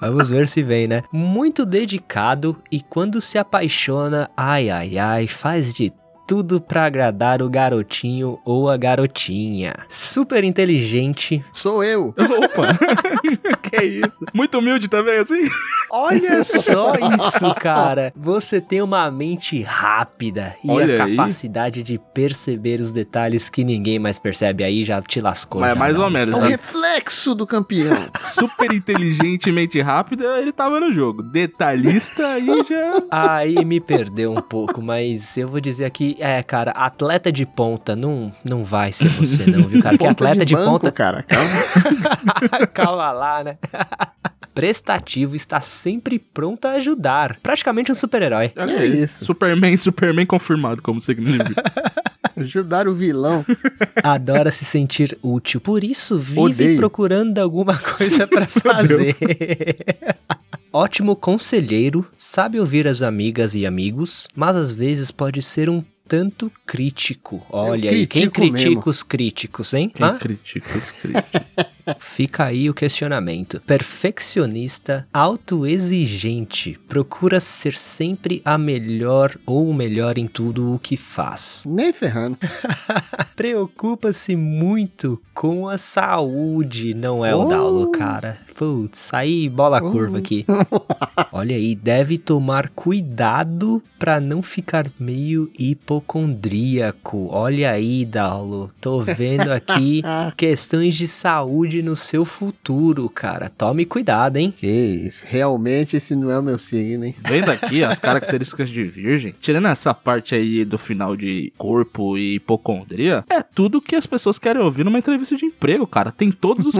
C: Vamos ver se vem, né? Muito dedicado e quando se apaixona, ai ai ai, faz de tudo pra agradar o garotinho ou a garotinha. Super inteligente.
B: Sou eu.
A: Opa! que isso? Muito humilde também, assim?
C: Olha só isso, cara. Você tem uma mente rápida e
A: Olha
C: a
A: aí.
C: capacidade de perceber os detalhes que ninguém mais percebe aí já te lascou.
A: Mas
C: já,
A: mais
C: não.
A: ou menos, né?
B: É o
A: sabe?
B: reflexo do campeão.
A: Super inteligente, mente rápida, ele tava no jogo. Detalhista aí já
C: Aí me perdeu um pouco, mas eu vou dizer aqui, é, cara, atleta de ponta não, não vai ser você não, viu, cara? Porque
B: Ponta
C: atleta de,
B: banco,
C: ponta,
B: cara. Calma.
C: calma lá, né? Prestativo está sempre pronto a ajudar. Praticamente um super-herói.
A: Olha
B: É
A: aí.
B: isso.
A: Superman, Superman confirmado como significa.
B: Ajudar o vilão.
C: Adora se sentir útil. Por isso, vive
B: Odeio.
C: procurando alguma coisa pra fazer. Ótimo conselheiro, sabe ouvir as amigas e amigos, mas às vezes pode ser um tanto crítico. Olha aí, quem
B: critico
C: critica
B: mesmo.
C: os críticos, hein?
A: Quem
C: Hã?
A: critica os críticos.
C: Fica aí o questionamento. Perfeccionista, autoexigente, procura ser sempre a melhor ou o melhor em tudo o que faz.
B: Nem ferrando.
C: Preocupa-se muito com a saúde, não é o
B: Oh.
C: Daulo, cara. Putz, aí bola
B: Oh.
C: curva aqui. Olha aí, deve tomar cuidado pra não ficar meio hipocondríaco. Olha aí, Daulo, tô vendo aqui questões de saúde no seu futuro, cara. Tome cuidado, hein?
B: Que isso. Realmente esse não é o meu signo, hein?
A: Vendo aqui as características de virgem, tirando essa parte aí do final de corpo e hipocondria, é tudo que as pessoas querem ouvir numa entrevista de emprego, cara. Tem todos os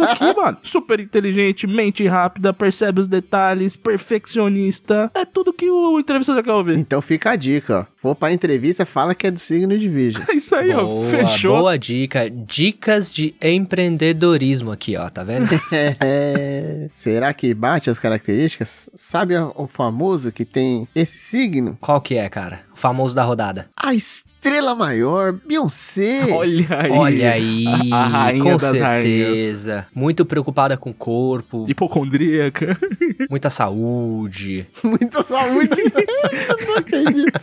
A: aqui, mano. Super inteligente, mente rápida, percebe os detalhes, perfeccionista. É tudo que o entrevistador quer ouvir.
B: Então fica a dica, ó. For pra entrevista, fala que é do signo de virgem.
A: É isso aí, ó.
C: boa,
A: Fechou.
C: boa dica. Dicas de empreendedorismo aqui, ó, tá vendo?
B: É. Será que bate as características? Sabe a- o famoso que tem esse signo?
C: Qual que é, cara? O famoso da rodada.
B: A estrela maior, Beyoncé.
A: Olha aí.
C: Olha aí,
A: A rainha
C: com
A: das rainhas.
C: certeza. Muito preocupada com o corpo,
A: Hipocondríaca.
C: muita saúde.
B: Muita saúde. Eu não acredito.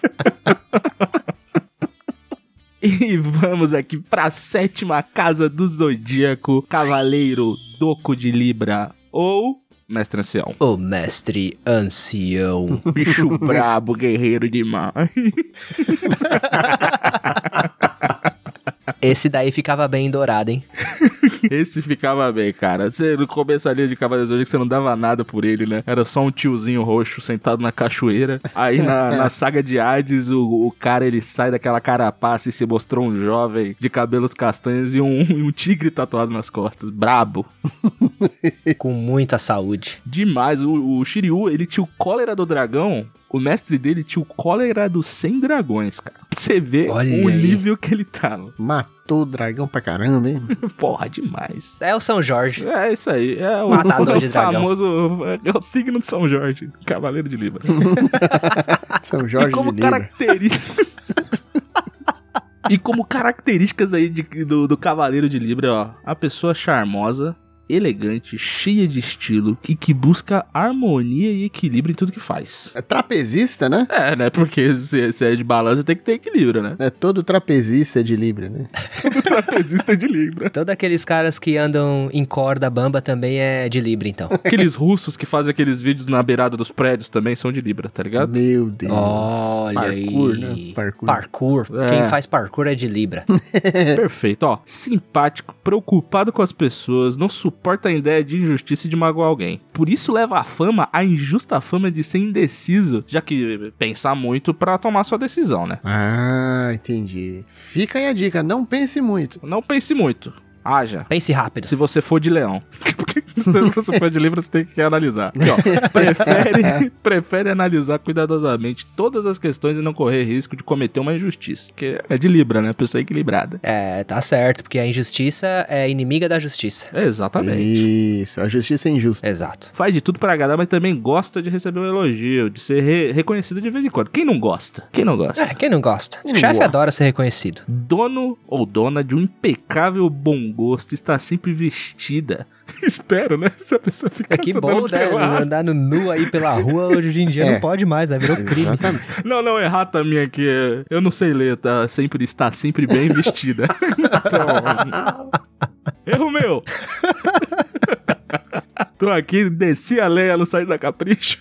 A: E vamos aqui pra sétima casa do zodíaco, Cavaleiro Doco de Libra ou Mestre Ancião.
C: O mestre ancião.
A: Bicho brabo, guerreiro demais.
C: Esse daí ficava bem dourado, hein?
A: Esse ficava bem, cara. Você, no começo ali de Cavaleiros do Zodíaco, você não dava nada por ele, né? Era só um tiozinho roxo sentado na cachoeira. Aí na, na saga de Hades, o, o cara ele sai daquela carapaça e se mostrou um jovem de cabelos castanhos e um, e um tigre tatuado nas costas. Brabo.
C: Com muita saúde.
A: Demais. O, o Shiryu, ele tinha o cólera do dragão. O mestre dele tinha o cólera dos 100 dragões, cara. Pra você ver
C: Olha
A: o
C: aí.
A: nível que ele tá.
B: Matou o dragão pra caramba, hein?
A: Porra, demais.
C: É o São Jorge.
A: É isso aí. É o,
C: Matador
A: é o
C: de dragão.
A: famoso. É o signo de São Jorge. Cavaleiro de Libra.
B: São Jorge
A: e como
B: de Libra.
A: características. e como características aí de- do, do Cavaleiro de Libra, ó. A pessoa charmosa, elegante, cheia de estilo e que busca harmonia e equilíbrio em tudo que faz.
B: É trapezista, né?
A: É, né? Porque se, se é de balança tem que ter equilíbrio, né?
B: É todo trapezista de Libra, né?
A: Todo trapezista é de Libra.
C: Todos aqueles caras que andam em corda bamba também é de Libra, então.
A: Aqueles russos que fazem aqueles vídeos na beirada dos prédios também são de Libra, tá ligado?
B: Meu Deus.
C: Olha
B: Parkour,
C: aí.
B: né? Parkour.
C: Parkour.
A: É.
C: Quem faz parkour é de Libra.
A: Perfeito, ó. Simpático, preocupado com as pessoas, não suporta a ideia de injustiça e de magoar alguém. Por isso leva a fama, a injusta fama de ser indeciso, já que pensa muito pra tomar sua decisão, né?
B: Ah, entendi. Fica aí a dica, não pense muito.
A: Não pense muito, haja.
C: Pense rápido.
A: Se você for de leão. Porque se você for de livro, você tem que analisar. Aqui, ó. Prefere, prefere analisar cuidadosamente todas as questões e não correr risco de cometer uma injustiça. Que é de Libra, né? Pessoa equilibrada.
C: É, tá certo, porque a injustiça é inimiga da justiça.
A: Exatamente.
B: Isso, a justiça é injusta.
C: Exato.
A: faz de tudo pra agradar, mas também gosta de receber um elogio, de ser re- reconhecido de vez em quando. Quem não gosta? Quem não gosta?
C: É, quem não gosta?
B: Quem não
C: Chefe
B: gosta?
C: adora ser reconhecido.
A: Dono ou dona de um impecável bom gosto está sempre vestida. Espero, né? Se a pessoa ficar
C: É que
A: só
C: bom,
A: dando
C: né?
A: pelada.
C: Andar no nu aí pela rua hoje em dia
B: É.
C: não pode mais, né? Virou crime.
B: Exatamente.
A: Não, não, errata a minha aqui. é, Eu não sei ler, tá? Sempre está sempre bem vestida. Então, Erro meu! Tô aqui, desci a lenha, não saí da capricho.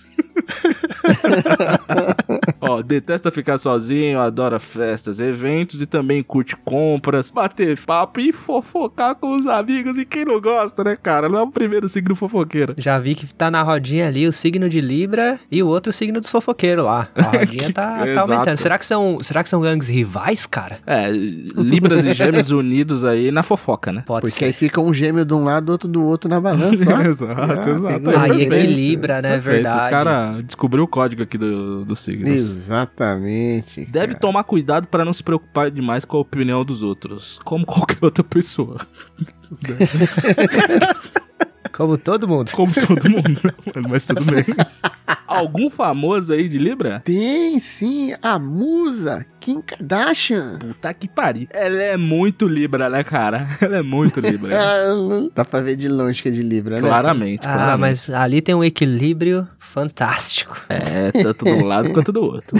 A: Ó, detesta ficar sozinho, adora festas, eventos e também curte compras, bater papo e fofocar com os amigos. E quem não gosta, né, cara? Não é o primeiro signo fofoqueiro.
C: Já vi que tá na rodinha ali o signo de Libra e o outro signo dos fofoqueiros lá. A rodinha
A: Que-
C: tá, tá
A: Exato.
C: aumentando. Será que, são, será que são gangues rivais, cara?
A: É, Libras e Gêmeos unidos aí na fofoca, né?
C: Pode
B: Porque aí
C: ser.
B: fica um gêmeo de um lado, outro do outro na balança. ó.
A: exato,
B: Ah,
A: exato.
B: pegou.
A: É
C: Aí
B: Perfeito.
C: equilibra, né? É
A: perfeito.
C: verdade.
A: O cara descobriu o código aqui do, do signos.
B: Exatamente.
A: Deve
B: cara.
A: tomar cuidado pra não se preocupar demais com a opinião dos outros, como qualquer outra pessoa.
C: Como todo mundo.
A: Como todo mundo, mano, mas tudo bem. Algum famoso aí de Libra?
B: Tem sim a musa Kim Kardashian.
A: Puta que pariu. Ela é muito Libra, né, cara? Ela é muito Libra.
B: Ah, não Dá pra ver de longe que é de Libra, né?
A: Claramente,
C: Ah,
A: claramente.
C: mas ali tem um equilíbrio fantástico.
A: É, tanto de um lado quanto do outro.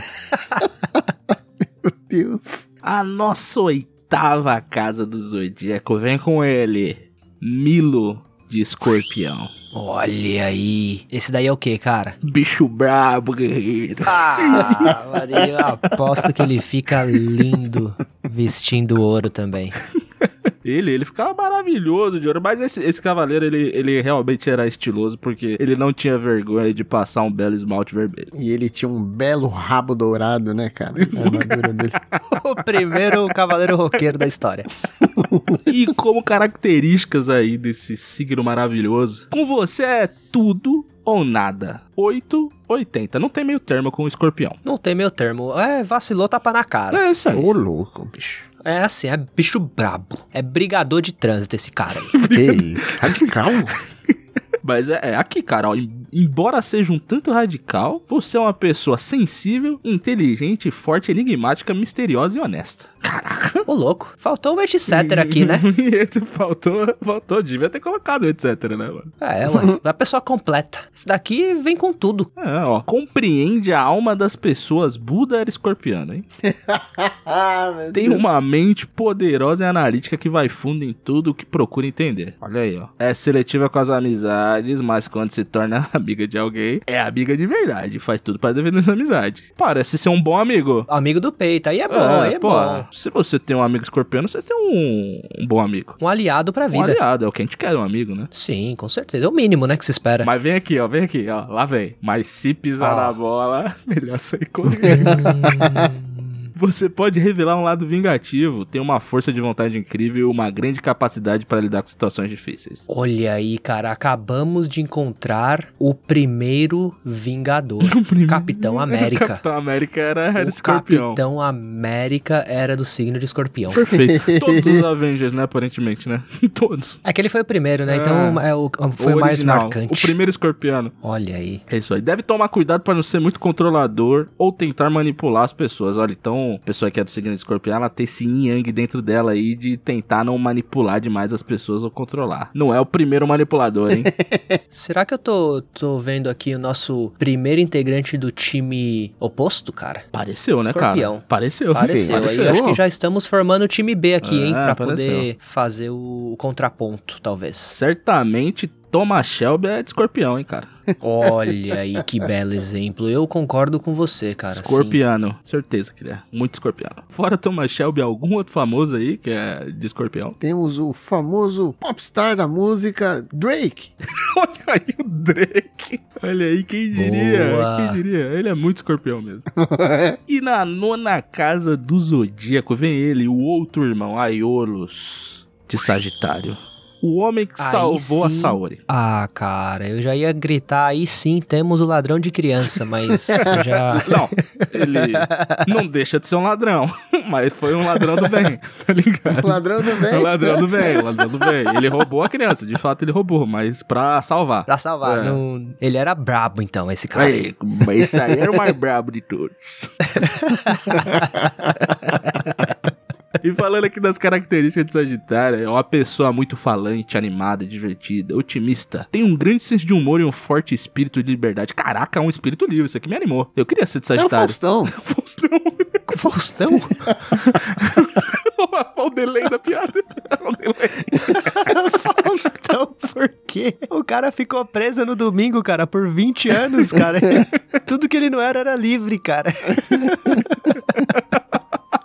B: Meu Deus.
A: A nossa oitava casa do Zodíaco vem com ele, Milo de Escorpião.
C: Olha aí. Esse daí é o que, cara?
A: Bicho brabo, guerreiro.
C: Ah, Maria, eu aposto que ele fica lindo vestindo ouro também.
A: Ele, ele ficava maravilhoso de ouro, mas esse, esse cavaleiro, ele, ele realmente era estiloso, porque ele não tinha vergonha de passar um belo esmalte vermelho.
B: E ele tinha um belo rabo dourado, né, cara? A armadura dele.
C: O primeiro cavaleiro roqueiro da história.
A: E como características aí desse signo maravilhoso, com você é tudo ou nada. 8, 80. Não tem meio termo com o escorpião.
C: Não tem meu termo. É, vacilou, tapa na cara.
A: É isso aí.
B: Ô, louco, bicho.
C: É assim, é bicho brabo. É brigador de trânsito esse cara aí.
B: Que isso? Radical?
A: Mas é, é aqui, cara, ó, em- embora seja um tanto radical, você é uma pessoa sensível, inteligente, forte, enigmática, misteriosa e honesta.
C: Ô, louco. Faltou um etc aqui, né?
A: faltou, faltou, devia ter colocado, etc, né, mano?
C: É, ué. A pessoa completa. Esse daqui vem com tudo.
A: É, ó, compreende a alma das pessoas, Buda era escorpiano, hein?
B: ah, meu
A: Tem uma mente poderosa e analítica que vai fundo em tudo o que procura entender. Olha aí, ó. É seletiva com as amizades, mas quando se torna amiga de alguém, é amiga de verdade. Faz tudo pra defender essa amizade. Parece ser um bom amigo.
C: Amigo do peito, aí é bom, aí é
A: pô,
C: bom.
A: se você tem um amigo escorpiano, você tem um, um bom amigo.
C: Um aliado pra
A: Um
C: vida.
A: aliado, é o que a gente quer, um amigo, né?
C: Sim, com certeza. É o mínimo, né, que se espera.
A: Mas vem aqui, ó, vem aqui, ó. Lá vem. Mas se pisar
C: Ah.
A: na bola, melhor sair correndo.
C: Hum.
A: Você pode revelar um lado vingativo, tem uma força de vontade incrível e uma grande capacidade para lidar com situações difíceis.
C: Olha aí, cara, acabamos de encontrar o primeiro Vingador, Capitão
A: O
C: América.
A: Capitão América era, era
C: o
A: escorpião.
C: Capitão América era do signo de escorpião.
A: Perfeito. Todos os Avengers, né? Aparentemente, né? Todos.
C: É que ele foi o primeiro, né?
A: É.
C: Então é o, foi o mais
A: original,
C: marcante.
A: O primeiro escorpiano.
C: Olha aí.
A: É isso aí. Deve tomar cuidado para não ser muito controlador ou tentar manipular as pessoas. Olha, então, a pessoa que é do signo de escorpião, ela tem esse yin yang dentro dela aí de tentar não manipular demais as pessoas ou controlar. Não é o primeiro manipulador, hein?
C: Será que eu tô, tô vendo aqui o nosso primeiro integrante do time oposto, cara?
A: Pareceu, né,
C: Escorpião.
A: cara? Pareceu.
C: Pareceu. Aí eu acho que já estamos formando o time B aqui, hein?
A: É,
C: Pra
A: pareceu.
C: poder fazer o, o contraponto, talvez.
A: Certamente, Thomas Shelby é de escorpião, hein, cara?
C: Olha aí, que belo exemplo. Eu concordo com você, cara. sim.
A: escorpiano. Certeza que ele é. Muito escorpiano. Fora Thomas Shelby, algum outro famoso aí que é de escorpião?
C: um-
B: Temos o famoso popstar da música, Drake.
A: Olha aí o Drake. Olha aí, quem diria?
C: Boa.
A: Quem diria? Ele é muito escorpião mesmo. e na nona casa do zodíaco vem ele, o outro irmão, Aiolos, de Sagitário. O homem que
C: Aí
A: salvou
C: sim.
A: a Saori.
C: Ah, cara, eu já ia gritar aí sim, temos o ladrão de criança, mas já.
A: Não, ele não deixa de ser um ladrão, mas foi um ladrão do bem, tá ligado?
B: Ladrão do
A: É
B: bem.
A: um ladrão do bem, ladrão do bem. Ele roubou a criança, de fato ele roubou, mas pra salvar.
C: Pra salvar.
A: É.
C: não- Ele era brabo, então, esse cara.
A: Aí, Tá mas isso aí era o mais brabo de todos. E falando aqui das características de Sagitário, é uma pessoa muito falante, animada, divertida, otimista. Tem um grande senso de humor e um forte espírito de liberdade. Caraca, é um espírito livre, isso aqui me animou. Eu queria ser de
B: É o
A: Sagitário.
B: Faustão.
A: Faustão.
C: Faustão?
A: Olha o delay da piada. Olha o delay.
C: Faustão, por quê? O cara ficou preso no domingo, cara, por 20 anos, cara. Tudo que ele não era era livre, cara.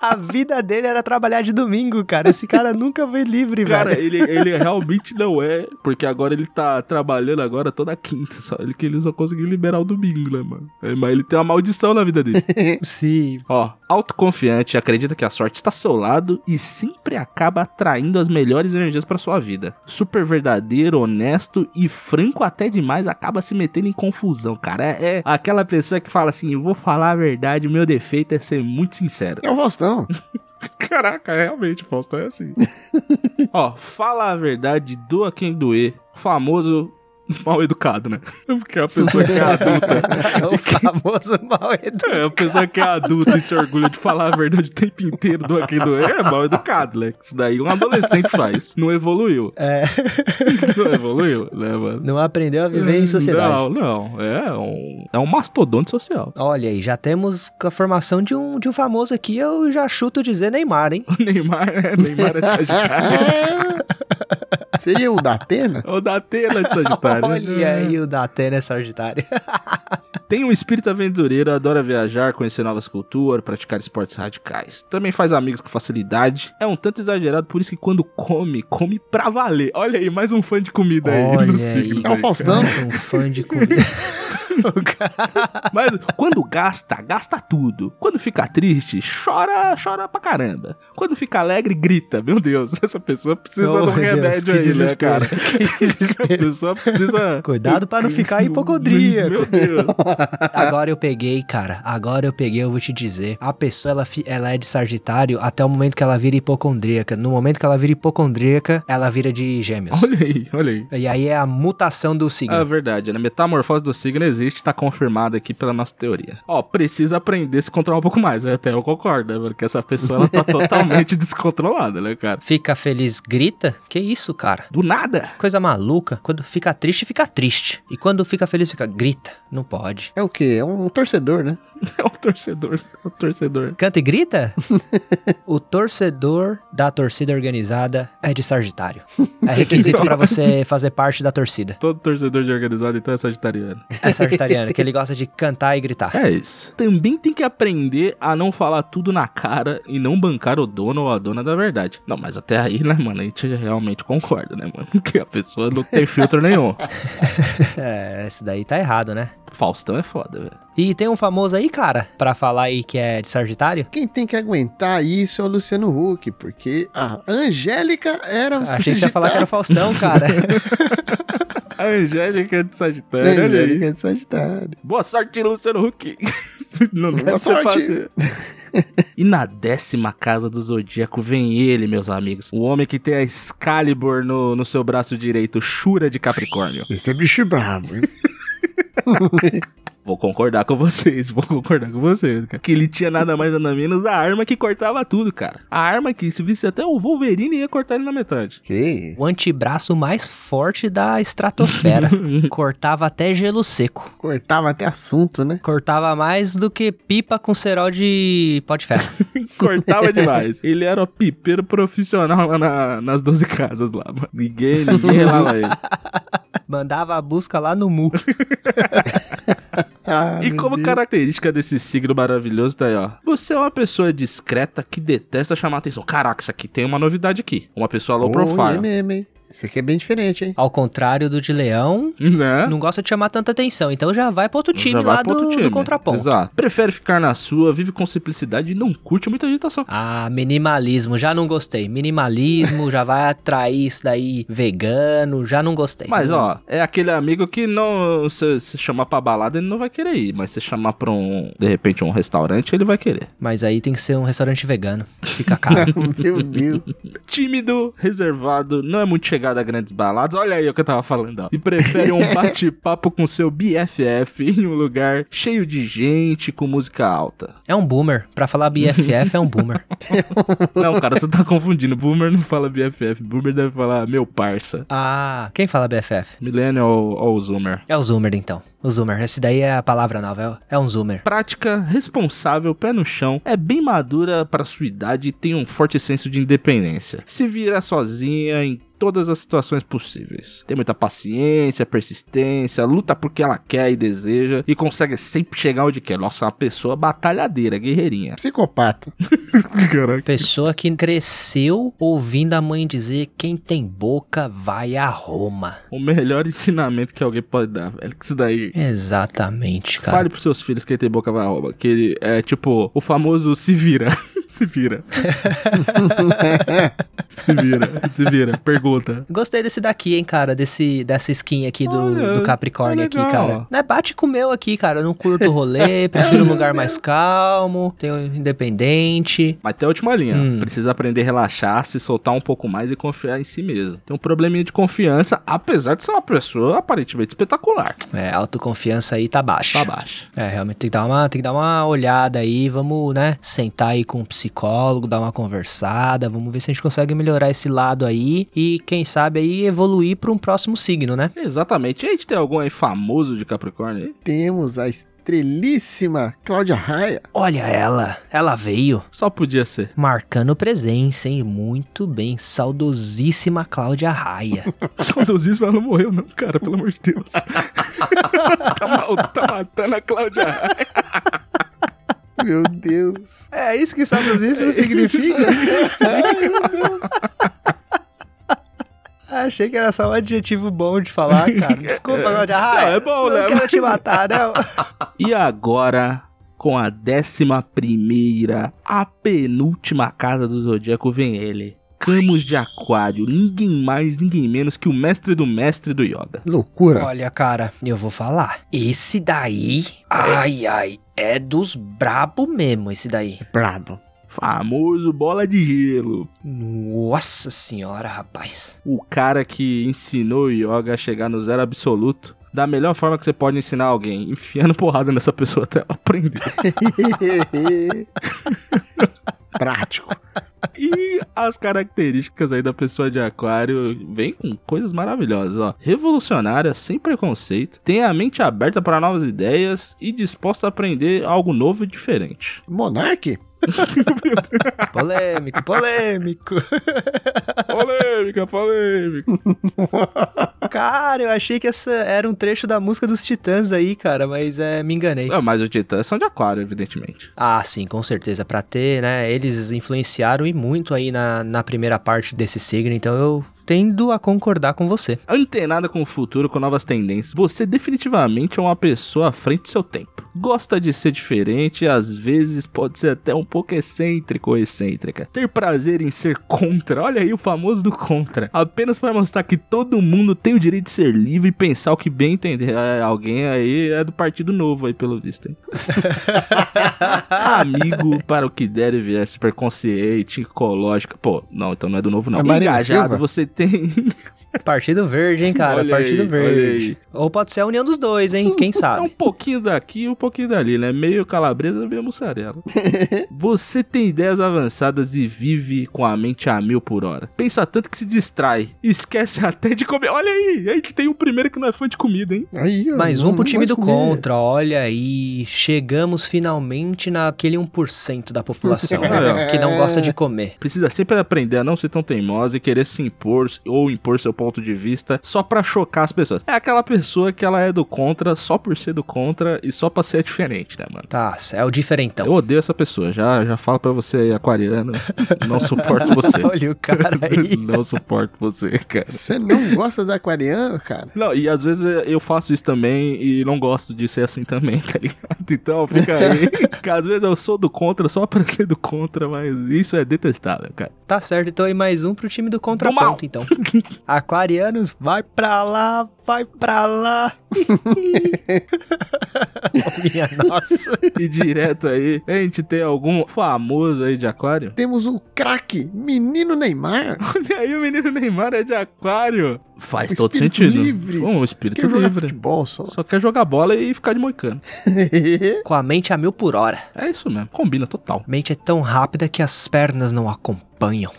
C: A vida dele era trabalhar de domingo, cara. Esse cara nunca foi livre,
A: Cara,
C: velho.
A: ele, ele realmente não é, porque agora ele tá trabalhando agora toda quinta, só ele que ele só conseguiu liberar o domingo, né, mano? É, mas ele tem uma maldição na vida dele.
C: Sim.
A: Ó, autoconfiante, acredita que a sorte está ao seu lado e sempre acaba atraindo as melhores energias pra sua vida. Super verdadeiro, honesto e franco até demais, acaba se metendo em confusão, cara. É, é aquela pessoa que fala assim, "Eu vou falar a verdade, o meu defeito é ser muito sincero.
B: É o Faustão.
A: Caraca, realmente, o Faustão é assim. Ó, fala a verdade, doa quem doer. Famoso mal educado, né? Porque a pessoa que é adulta.
C: É o famoso mal
A: É, a pessoa que é adulta e se orgulha de falar a verdade o tempo inteiro, doa quem doer, é mal educado, né? Isso daí um adolescente faz. Não evoluiu.
C: É,
A: Não evoluiu, né, mano?
C: não aprendeu a viver em sociedade.
A: Não, não. É um, é um mastodonte social.
C: Olha aí, já temos com a formação de um, de um famoso aqui, eu já chuto dizer Neymar, hein?
A: O Neymar, é, Neymar é de Sagitário. É
B: Seria o da Atena?
A: O da tela de Sagitário. né?
C: Olha aí o da Atena Sagitário.
A: Tem um espírito aventureiro, adora viajar, conhecer novas culturas, praticar esportes radicais. Também faz amigos com facilidade. É um tanto exagerado, por isso que quando come, come pra valer. Olha aí, mais um fã de comida aí
C: Olha
A: no
C: aí,
A: signo.
B: É o Faustão.
C: Nossa, um fã de comida. O cara-
A: Mas quando gasta, gasta tudo. Quando fica triste, chora, chora pra caramba. Quando fica alegre, grita. Meu Deus, essa pessoa precisa
C: Oh,
A: de
C: meu
A: um
C: Deus,
A: remédio
C: que
A: aí, né,
C: desespero,
A: cara?
C: que
A: Essa
C: desespero.
A: pessoa precisa...
C: Cuidado pra não ficar hipocondríaco.
A: Meu Deus.
C: Agora eu peguei, cara. Agora eu peguei, eu vou te dizer. A pessoa, ela, fi- ela é de Sagitário até o momento que ela vira hipocondríaca. No momento que ela vira hipocondríaca, ela vira de gêmeos.
A: Olha Ah. aí, olha aí.
C: E aí é a mutação do signo.
A: É verdade, né? Metamorfose do signo triste tá confirmado aqui pela nossa teoria. Ó, precisa aprender a se controlar um pouco mais. né? Até eu concordo, né, mano? Que essa pessoa ela tá totalmente descontrolada, né, cara?
C: Fica feliz, grita? Que isso, cara?
A: Do nada!
C: Coisa maluca. Quando fica triste, fica triste. E quando fica feliz, fica grita. Não pode.
B: É o quê? É um torcedor, né?
A: É o torcedor, é o torcedor.
C: Canta e grita? o torcedor da torcida organizada é de Sagitário. É requisito pra você fazer parte da torcida.
A: Todo torcedor de organizado, então, é sagitariano.
C: É Sagitariano, que ele gosta de cantar e gritar.
A: É isso. Também tem que aprender a não falar tudo na cara e não bancar o dono ou a dona da verdade. Não, mas até aí, né, mano? A gente realmente concorda, né, mano? Que a pessoa não tem filtro nenhum.
C: É, esse daí tá errado, né?
A: Faustão é foda, velho.
C: E tem um famoso aí, cara, pra falar aí que é de Sagitário?
B: Quem tem que aguentar isso é o Luciano Huck, porque a Angélica era um o
C: Ah, Achei que ia falar que era o Faustão, cara.
A: A Angélica é de Sagitário,
B: Sagitário.
A: olha aí.
B: Angélica de Sagitário.
A: Boa sorte, Luciano Huck. Não, não
B: Boa
A: deve
B: sorte.
A: fazer. E na décima casa do Zodíaco vem ele, meus amigos. O homem que tem a Excalibur no, no seu braço direito, Shura de Capricórnio.
B: Esse é bicho brabo, hein?
A: Vou concordar com vocês, vou concordar com vocês, cara. Que ele tinha nada mais nada menos a arma que cortava tudo, cara. A arma que se visse até o Wolverine ia cortar ele na metade.
B: que?
C: O antebraço mais forte da estratosfera. Cortava até gelo seco.
B: Cortava até assunto, né?
C: Cortava mais do que pipa com cerol de pó de ferro.
A: Cortava demais. Ele era o pipeiro profissional lá na- nas 12 casas lá, mano. Ninguém, ninguém relava ele.
C: Mandava a busca lá no mu.
B: Ah,
A: E
B: meu
A: como
B: Deus.
A: característica desse signo maravilhoso, tá aí, ó. Você é uma pessoa discreta que detesta chamar atenção. Caraca, isso aqui tem uma novidade aqui. Uma pessoa low
B: Oi,
A: profile.
B: é mesmo, hein? Esse aqui é bem diferente, hein?
C: Ao contrário do de leão,
A: Né?
C: não gosta de chamar tanta atenção. Então já vai pra outro time
A: Já vai
C: lá
A: pro
C: do,
A: outro
C: do contraponto.
A: Exato. Prefere ficar na sua, vive com simplicidade e não curte muita agitação.
C: Ah, minimalismo, já não gostei. Minimalismo, já vai atrair isso daí vegano, já não gostei.
A: Mas, ó, é aquele amigo que não. Se, se chamar pra balada, ele não vai querer ir. Mas se chamar pra um. De repente, um restaurante, ele vai querer.
C: Mas aí tem que ser um restaurante vegano. Fica caro.
B: meu Deus.
A: Tímido, reservado, não é muito chegado a grandes baladas. Olha aí o que eu tava falando, ó. E prefere um bate-papo com seu BFF em um lugar cheio de gente, com música alta.
C: é um boomer. Pra falar BFF, é um boomer.
A: Não, cara, você tá confundindo. Boomer não fala BFF. Boomer deve falar meu parça.
C: Ah, quem fala BFF?
A: Millennial ou Zoomer.
C: É o Zoomer, então. O Zoomer. Esse daí é a palavra nova. É é um Zoomer.
A: Prática, responsável, pé no chão, é bem madura pra sua idade e tem um forte senso de independência. Se vira sozinha em todas as situações possíveis. Tem muita paciência, persistência, luta por que ela quer e deseja e consegue sempre chegar onde quer. Nossa, é uma pessoa batalhadeira, guerreirinha.
B: Psicopata.
A: Caraca.
C: Pessoa que cresceu ouvindo a mãe dizer: quem tem boca vai a Roma.
A: O melhor ensinamento que alguém pode dar, velho, que isso daí...
C: Exatamente, cara.
A: Fale pros seus filhos que ele tem boca vai rouba, que ele é tipo o famoso se vira. se vira. se vira, se vira. Pergunta.
C: Gostei desse daqui, hein, cara. Desse, dessa skin aqui do,
A: Olha,
C: do Capricórnio
A: é
C: aqui,
A: legal.
C: cara. Né, bate com o meu aqui, cara. Eu não curto o rolê, prefiro um lugar mais calmo, tenho independente.
A: Mas tem a última linha.
C: Hum.
A: Precisa aprender a relaxar, se soltar um pouco mais e confiar em si mesmo. Tem um probleminha de confiança, apesar de ser uma pessoa aparentemente espetacular.
C: É, autoconfiança aí tá baixa.
A: Tá baixo.
C: É, realmente tem que, dar uma, tem que dar uma olhada aí, vamos, né, sentar aí com o psicólogo, dar uma conversada, vamos ver se a gente consegue melhorar esse lado aí e, quem sabe, aí evoluir pra um próximo signo, né?
A: Exatamente. E a gente tem algum aí famoso de Capricórnio aí?
B: Temos a estrelíssima Cláudia Raia.
C: Olha ela, ela veio.
A: Só podia ser.
C: Marcando presença, hein? Muito bem. Saudosíssima Cláudia Raia.
A: Saudosíssimo, ela não morreu, não, cara, pelo amor de Deus. tá, mal- tá matando a Cláudia Raia.
B: Meu Deus.
C: É isso que saudosíssimo Achei que era só um adjetivo bom de falar, cara. Desculpa, Cláudia Raia.
A: Não, é bom, né?
C: quero te matar, não.
A: E agora, com a décima primeira, a penúltima casa do Zodíaco vem ele. Camus de Aquário, ninguém mais, ninguém menos que o mestre do mestre do yoga.
B: Loucura.
C: Olha, cara, eu vou falar. Esse daí, ai, ai, é dos brabo mesmo, esse daí.
B: Brabo.
A: Famoso bola de gelo.
C: Nossa senhora, rapaz.
A: O cara que ensinou o yoga a chegar no zero absoluto da melhor forma que você pode ensinar alguém, enfiando porrada nessa pessoa até ela aprender.
B: Prático.
A: E as características aí da pessoa de aquário vem com coisas maravilhosas, ó. Revolucionária, sem preconceito, tem a mente aberta para novas ideias e disposta a aprender algo novo e diferente.
B: Monarque?
C: Polêmico, polêmico.
A: polêmica, polêmica.
C: Cara, eu achei que essa era um trecho da música dos Titãs aí, cara, mas é, me enganei.
A: Ah, mas os titãs são de aquário, evidentemente.
C: Ah, sim, com certeza. Pra ter, né? Eles influenciaram e muito aí na, na primeira parte desse signo, então eu tendo a concordar com você.
A: Antenada com o futuro, com novas tendências, você definitivamente é uma pessoa à frente do seu tempo. Gosta de ser diferente e às vezes pode ser até um pouco excêntrico ou excêntrica. Ter prazer em ser contra, olha aí o famoso do contra. Apenas para mostrar que todo mundo tem o direito de ser livre e pensar o que bem entender. É, alguém aí é do Partido Novo aí, pelo visto. hein? Amigo para o que der e vier, super consciente, ecológica. Pô, não, então não é do Novo não.
B: É Marina
A: Engajado,
B: Silva?
A: você tem...
C: Partido Verde, hein, cara?
A: Olha
C: Partido
A: aí, olha
C: Verde.
A: aí.
C: Ou pode ser a união dos dois, hein? Quem
A: É um
C: sabe?
A: pouquinho daqui e um pouquinho dali, né? Meio calabresa, meio mussarela. Você tem ideias avançadas e vive com a mente a mil por hora. Pensa tanto que se distrai. Esquece até de comer. Olha aí, a gente tem um primeiro que não é fã de comida, hein?
B: Aí, ó,
C: Mais um
B: não-
C: pro
B: não
C: time do
B: gosto de comer.
C: contra, olha aí. Chegamos finalmente naquele 1% da população né, que não gosta de comer.
A: Precisa sempre aprender a não ser tão teimosa e querer se impor ou impor seu ponto de vista só pra chocar as pessoas. É aquela pessoa que ela é do contra só por ser do contra e só pra ser diferente, né, mano?
C: Tá, é o diferentão.
A: Eu odeio essa pessoa, já, já falo pra você aí, aquariano, não suporto você.
C: Olha o cara aí.
A: Não suporto você, cara.
B: Você não gosta da aquariano, cara?
A: Não, e às vezes eu faço isso também e não gosto de ser assim também, tá ligado? Então fica aí. que às vezes eu sou do contra só pra ser do contra, mas isso é detestável, cara.
C: Tá certo, então aí mais um pro time do contraponto, então. Aquarianos, vai pra lá, vai pra lá. Oh, minha nossa.
A: E direto aí, a gente tem algum famoso aí de aquário?
B: Temos um craque, menino Neymar.
A: Olha aí, o menino Neymar é de aquário. Faz
B: Um
A: todo
B: espírito
A: sentido.
B: livre.
A: Um espírito
B: Quer jogar
A: livre.
B: futebol só.
A: Só quer jogar bola e ficar de moicano.
C: Com a mente a mil por hora.
A: É isso mesmo, combina total.
C: Mente é tão rápida que as pernas não acompanham.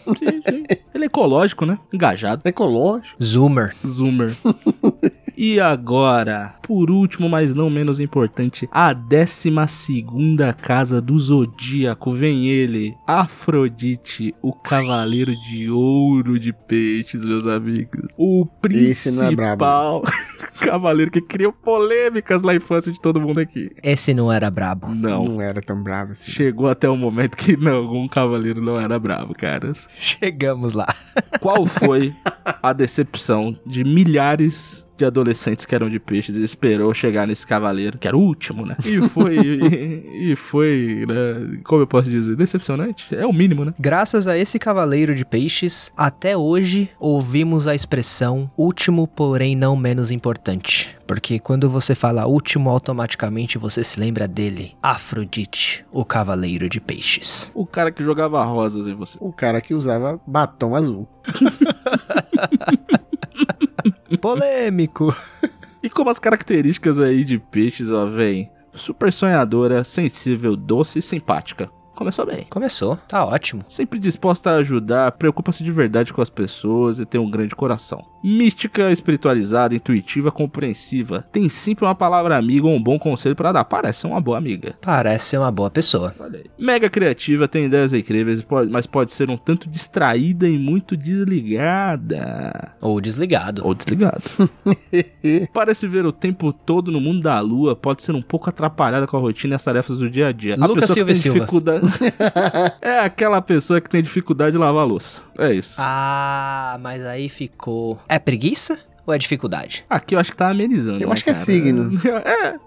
A: Ele é ecológico, né? Engajado.
B: Ecológico.
C: Zoomer.
A: Zoomer. e agora, por último, mas não menos importante, a 12 casa do zodíaco. Vem ele, Afrodite, o cavaleiro de ouro de peixes, meus amigos. O
B: Esse não é
A: principal cavaleiro que criou polêmicas na infância de todo mundo aqui.
C: Esse não era brabo.
A: Não.
B: Não era tão bravo assim.
A: Chegou até o momento que não, um cavaleiro não era bravo, caras.
C: Chegamos lá.
A: Qual foi a decepção de milhares de adolescentes que eram de peixes e esperou chegar nesse cavaleiro, que era o último, né? E foi. e, e foi. né, Como eu posso dizer? Decepcionante? É o mínimo, né?
C: Graças a esse cavaleiro de peixes, até hoje ouvimos a expressão último, porém não menos importante. Porque quando você fala último, automaticamente você se lembra dele, Afrodite, o cavaleiro de peixes.
A: O cara que jogava rosas em você.
B: O cara que usava batom azul.
C: Polêmico.
A: E como as características aí de peixes, ó, vem. Super sonhadora, sensível, doce e simpática. Começou bem.
C: Começou, tá ótimo.
A: Sempre disposta a ajudar, preocupa-se de verdade com as pessoas e tem um grande coração. Mística, espiritualizada, intuitiva, compreensiva. Tem sempre uma palavra amiga ou um bom conselho pra dar. Parece uma boa amiga.
C: Parece ser uma boa pessoa.
A: Olha aí. Mega criativa, tem ideias incríveis, po- mas pode ser um tanto distraída e muito desligada.
C: Ou desligado.
A: Ou desligado. Parece ver o tempo todo no mundo da lua, pode ser um pouco atrapalhada com a rotina e as tarefas do dia a dia. a
C: Lucas
A: pessoa
C: Silva e
A: que tem
C: Silva.
A: dificuldade. é aquela pessoa que tem dificuldade de lavar a louça. É isso.
C: Ah, mas aí ficou. É preguiça ou é dificuldade?
A: Aqui eu acho que tá amenizando.
B: Eu
A: né,
B: acho que é
A: cara?
B: signo.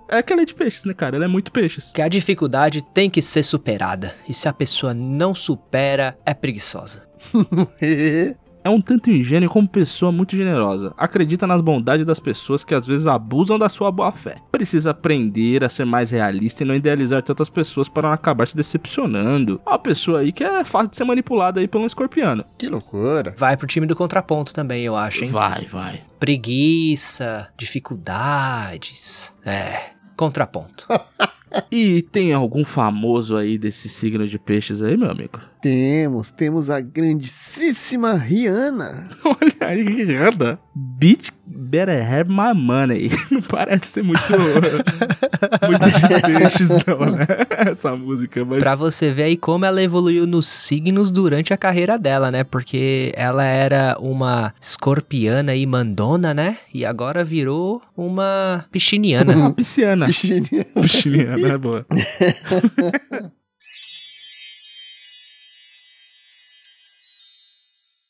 A: É, é que ela é de peixes, né, cara? Ela é muito peixes.
C: Que a dificuldade tem que ser superada. E se a pessoa não supera, é preguiçosa.
A: É um tanto ingênuo como pessoa muito generosa. Acredita nas bondades das pessoas que às vezes abusam da sua boa-fé. Precisa aprender a ser mais realista e não idealizar tantas pessoas para não acabar se decepcionando. Uma pessoa aí que é fácil de ser manipulada aí pelo escorpiano.
B: que loucura.
C: Vai pro time do contraponto também, eu acho, hein?
A: Vai, vai.
C: preguiça, dificuldades. É, contraponto.
A: E tem algum famoso aí desse signo de peixes aí, meu amigo?
B: Temos, temos a grandíssima Rihanna.
A: Olha aí, Rihanna. Bitch better have my money. Não parece ser muito. muito de peixes, não, né? Essa música, mas. é
C: Pra você ver aí como ela evoluiu nos signos durante a carreira dela, né? Porque ela era uma escorpiana e mandona, né? E agora virou uma pisciniana.
A: Pisciana.
B: Virginia.
A: Pisciana, é boa.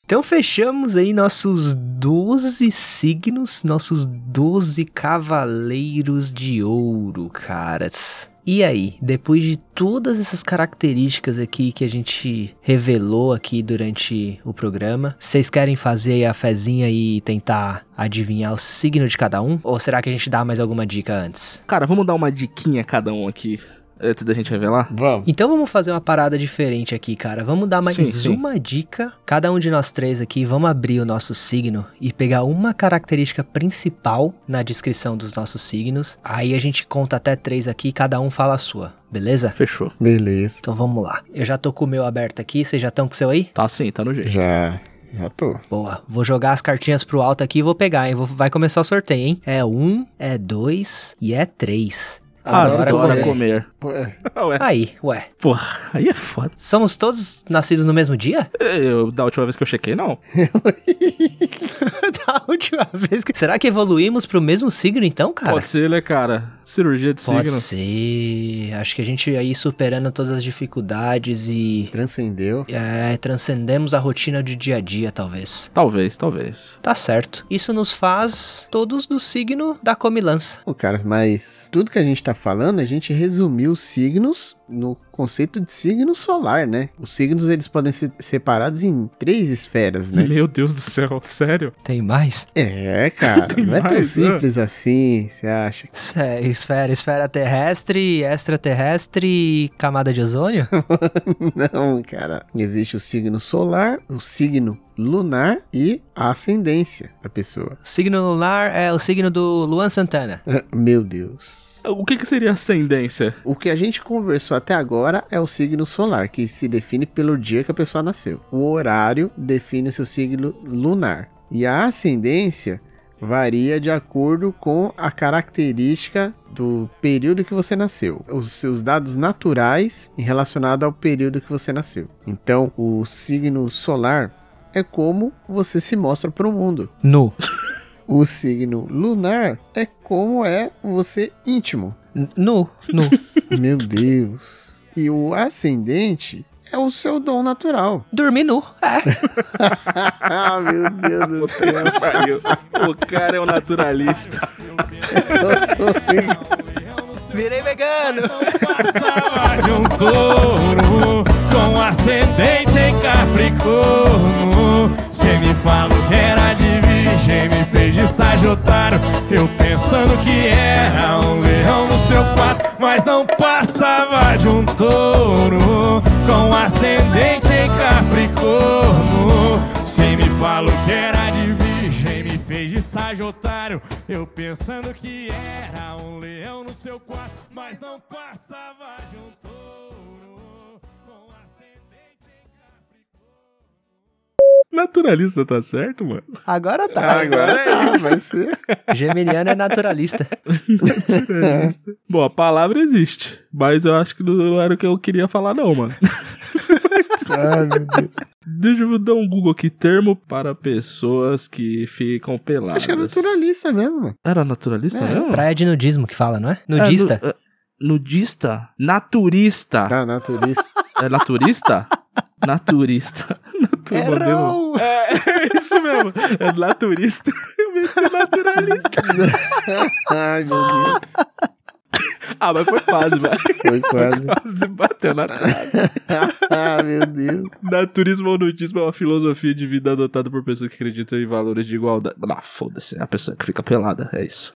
C: então fechamos aí nossos 12 signos, nossos 12 cavaleiros de ouro, caras. E aí, depois de todas essas características aqui que a gente revelou aqui durante o programa, vocês querem fazer aí a fezinha e tentar adivinhar o signo de cada um? Ou será que a gente dá mais alguma dica antes?
A: Cara, vamos dar uma diquinha a cada um aqui antes da gente revelar?
B: Vamos.
C: Então vamos fazer uma parada diferente aqui, cara. Vamos dar mais
A: Sim, sim.
C: uma dica. Cada um de nós três aqui, vamos abrir o nosso signo e pegar uma característica principal na descrição dos nossos signos. Aí a gente conta até três aqui, cada um fala a sua, beleza?
A: Fechou.
B: Beleza.
C: Então vamos lá. Eu já tô com o meu aberto aqui, vocês já estão com o seu aí?
A: Tá sim, tá no jeito.
B: Já, já tô.
C: Boa, vou jogar as cartinhas pro alto aqui e vou pegar, hein? Vou- vai começar o sorteio, hein? É um, é dois e é três.
A: Adora,
C: comer.
A: comer.
B: Pô, é,
A: é Ué,
C: Aí, ué.
A: porra, aí é foda.
C: Somos todos nascidos no mesmo dia?
A: Eu, da última vez que eu chequei, não.
C: da última vez que... Será que evoluímos pro mesmo signo então, cara?
A: Pode ser, né, cara? Cirurgia de
C: Pode
A: signo.
C: ser. Acho que a gente aí superando todas as dificuldades e
B: Transcendeu.
C: é, transcendemos a rotina de dia a dia, talvez.
A: Talvez, talvez.
C: Tá certo. Isso nos faz todos do signo da comilança.
B: Ô, caras, mas tudo que a gente tá falando, a gente resumiu os signos no conceito de signo solar, né? Os signos, eles podem ser separados em três esferas, né?
A: Meu Deus do céu, sério?
C: Tem mais?
B: É, cara,
A: Tem
B: não é tão
A: mais, né?
B: simples assim, você acha?
C: Cé, esfera, esfera terrestre, extraterrestre e camada de ozônio?
B: Não, cara. Existe o signo solar, o signo lunar e a ascendência da pessoa.
C: signo lunar é o signo do Luan Santana.
B: Ah, Meu Deus.
A: O que, que seria ascendência?
B: O que a gente conversou até agora é o signo solar, que se define pelo dia que a pessoa nasceu. O horário define o seu signo lunar. E a ascendência varia de acordo com a característica do período que você nasceu. Os seus dados naturais em relacionado ao período que você nasceu. Então, o signo solar é como você se mostra para o mundo.
C: Nu.
B: O signo lunar é como é você íntimo.
C: N- Nu, nu.
B: Meu Deus. E o ascendente é o seu dom natural.
C: Dormir nu. É.
B: ah, meu Deus do céu.
A: o cara é um naturalista.
C: Virei vegano.
D: Passava de um touro com ascendente em Capricorno. Cê me falou que era de virgem, me fez de Sagitário. Eu pensando que era um leão no seu quarto, mas não passava de um touro com ascendente em Capricorno. Cê me falou que era de virgem, me fez de Sagitário. Eu pensando que era um leão no seu quarto, mas não passava de um touro com ascendente em Capricórnio.
A: Naturalista tá certo, mano?
C: Agora tá.
B: Ah,
A: é
B: vai ser.
C: Geminiano é naturalista.
A: Naturalista. Bom, a palavra existe, mas eu acho que não era o que eu queria falar, não, mano.
B: Ah, meu Deus.
A: Deixa eu dar um Google aqui. Termo para pessoas que ficam peladas.
B: Acho que é naturalista mesmo, mano.
A: Era naturalista
B: É,
A: mesmo?
C: Praia de nudismo que fala, não é?
A: É, nu-
C: Nudista.
A: é, nudista? Naturista.
B: Tá, naturista.
A: É naturista? naturista. Natu-
C: Errou!
A: mandei um- É, é isso mesmo. É naturista. Eu meti naturalista.
B: Ai, meu Deus.
A: Ah, mas foi quase, velho.
B: Foi quase.
A: Quase bateu na trave.
B: Ah, meu Deus.
A: Naturismo ou nudismo é uma filosofia de vida adotada por pessoas que acreditam em valores de igualdade. Ah, foda-se. É a pessoa que fica pelada. É isso.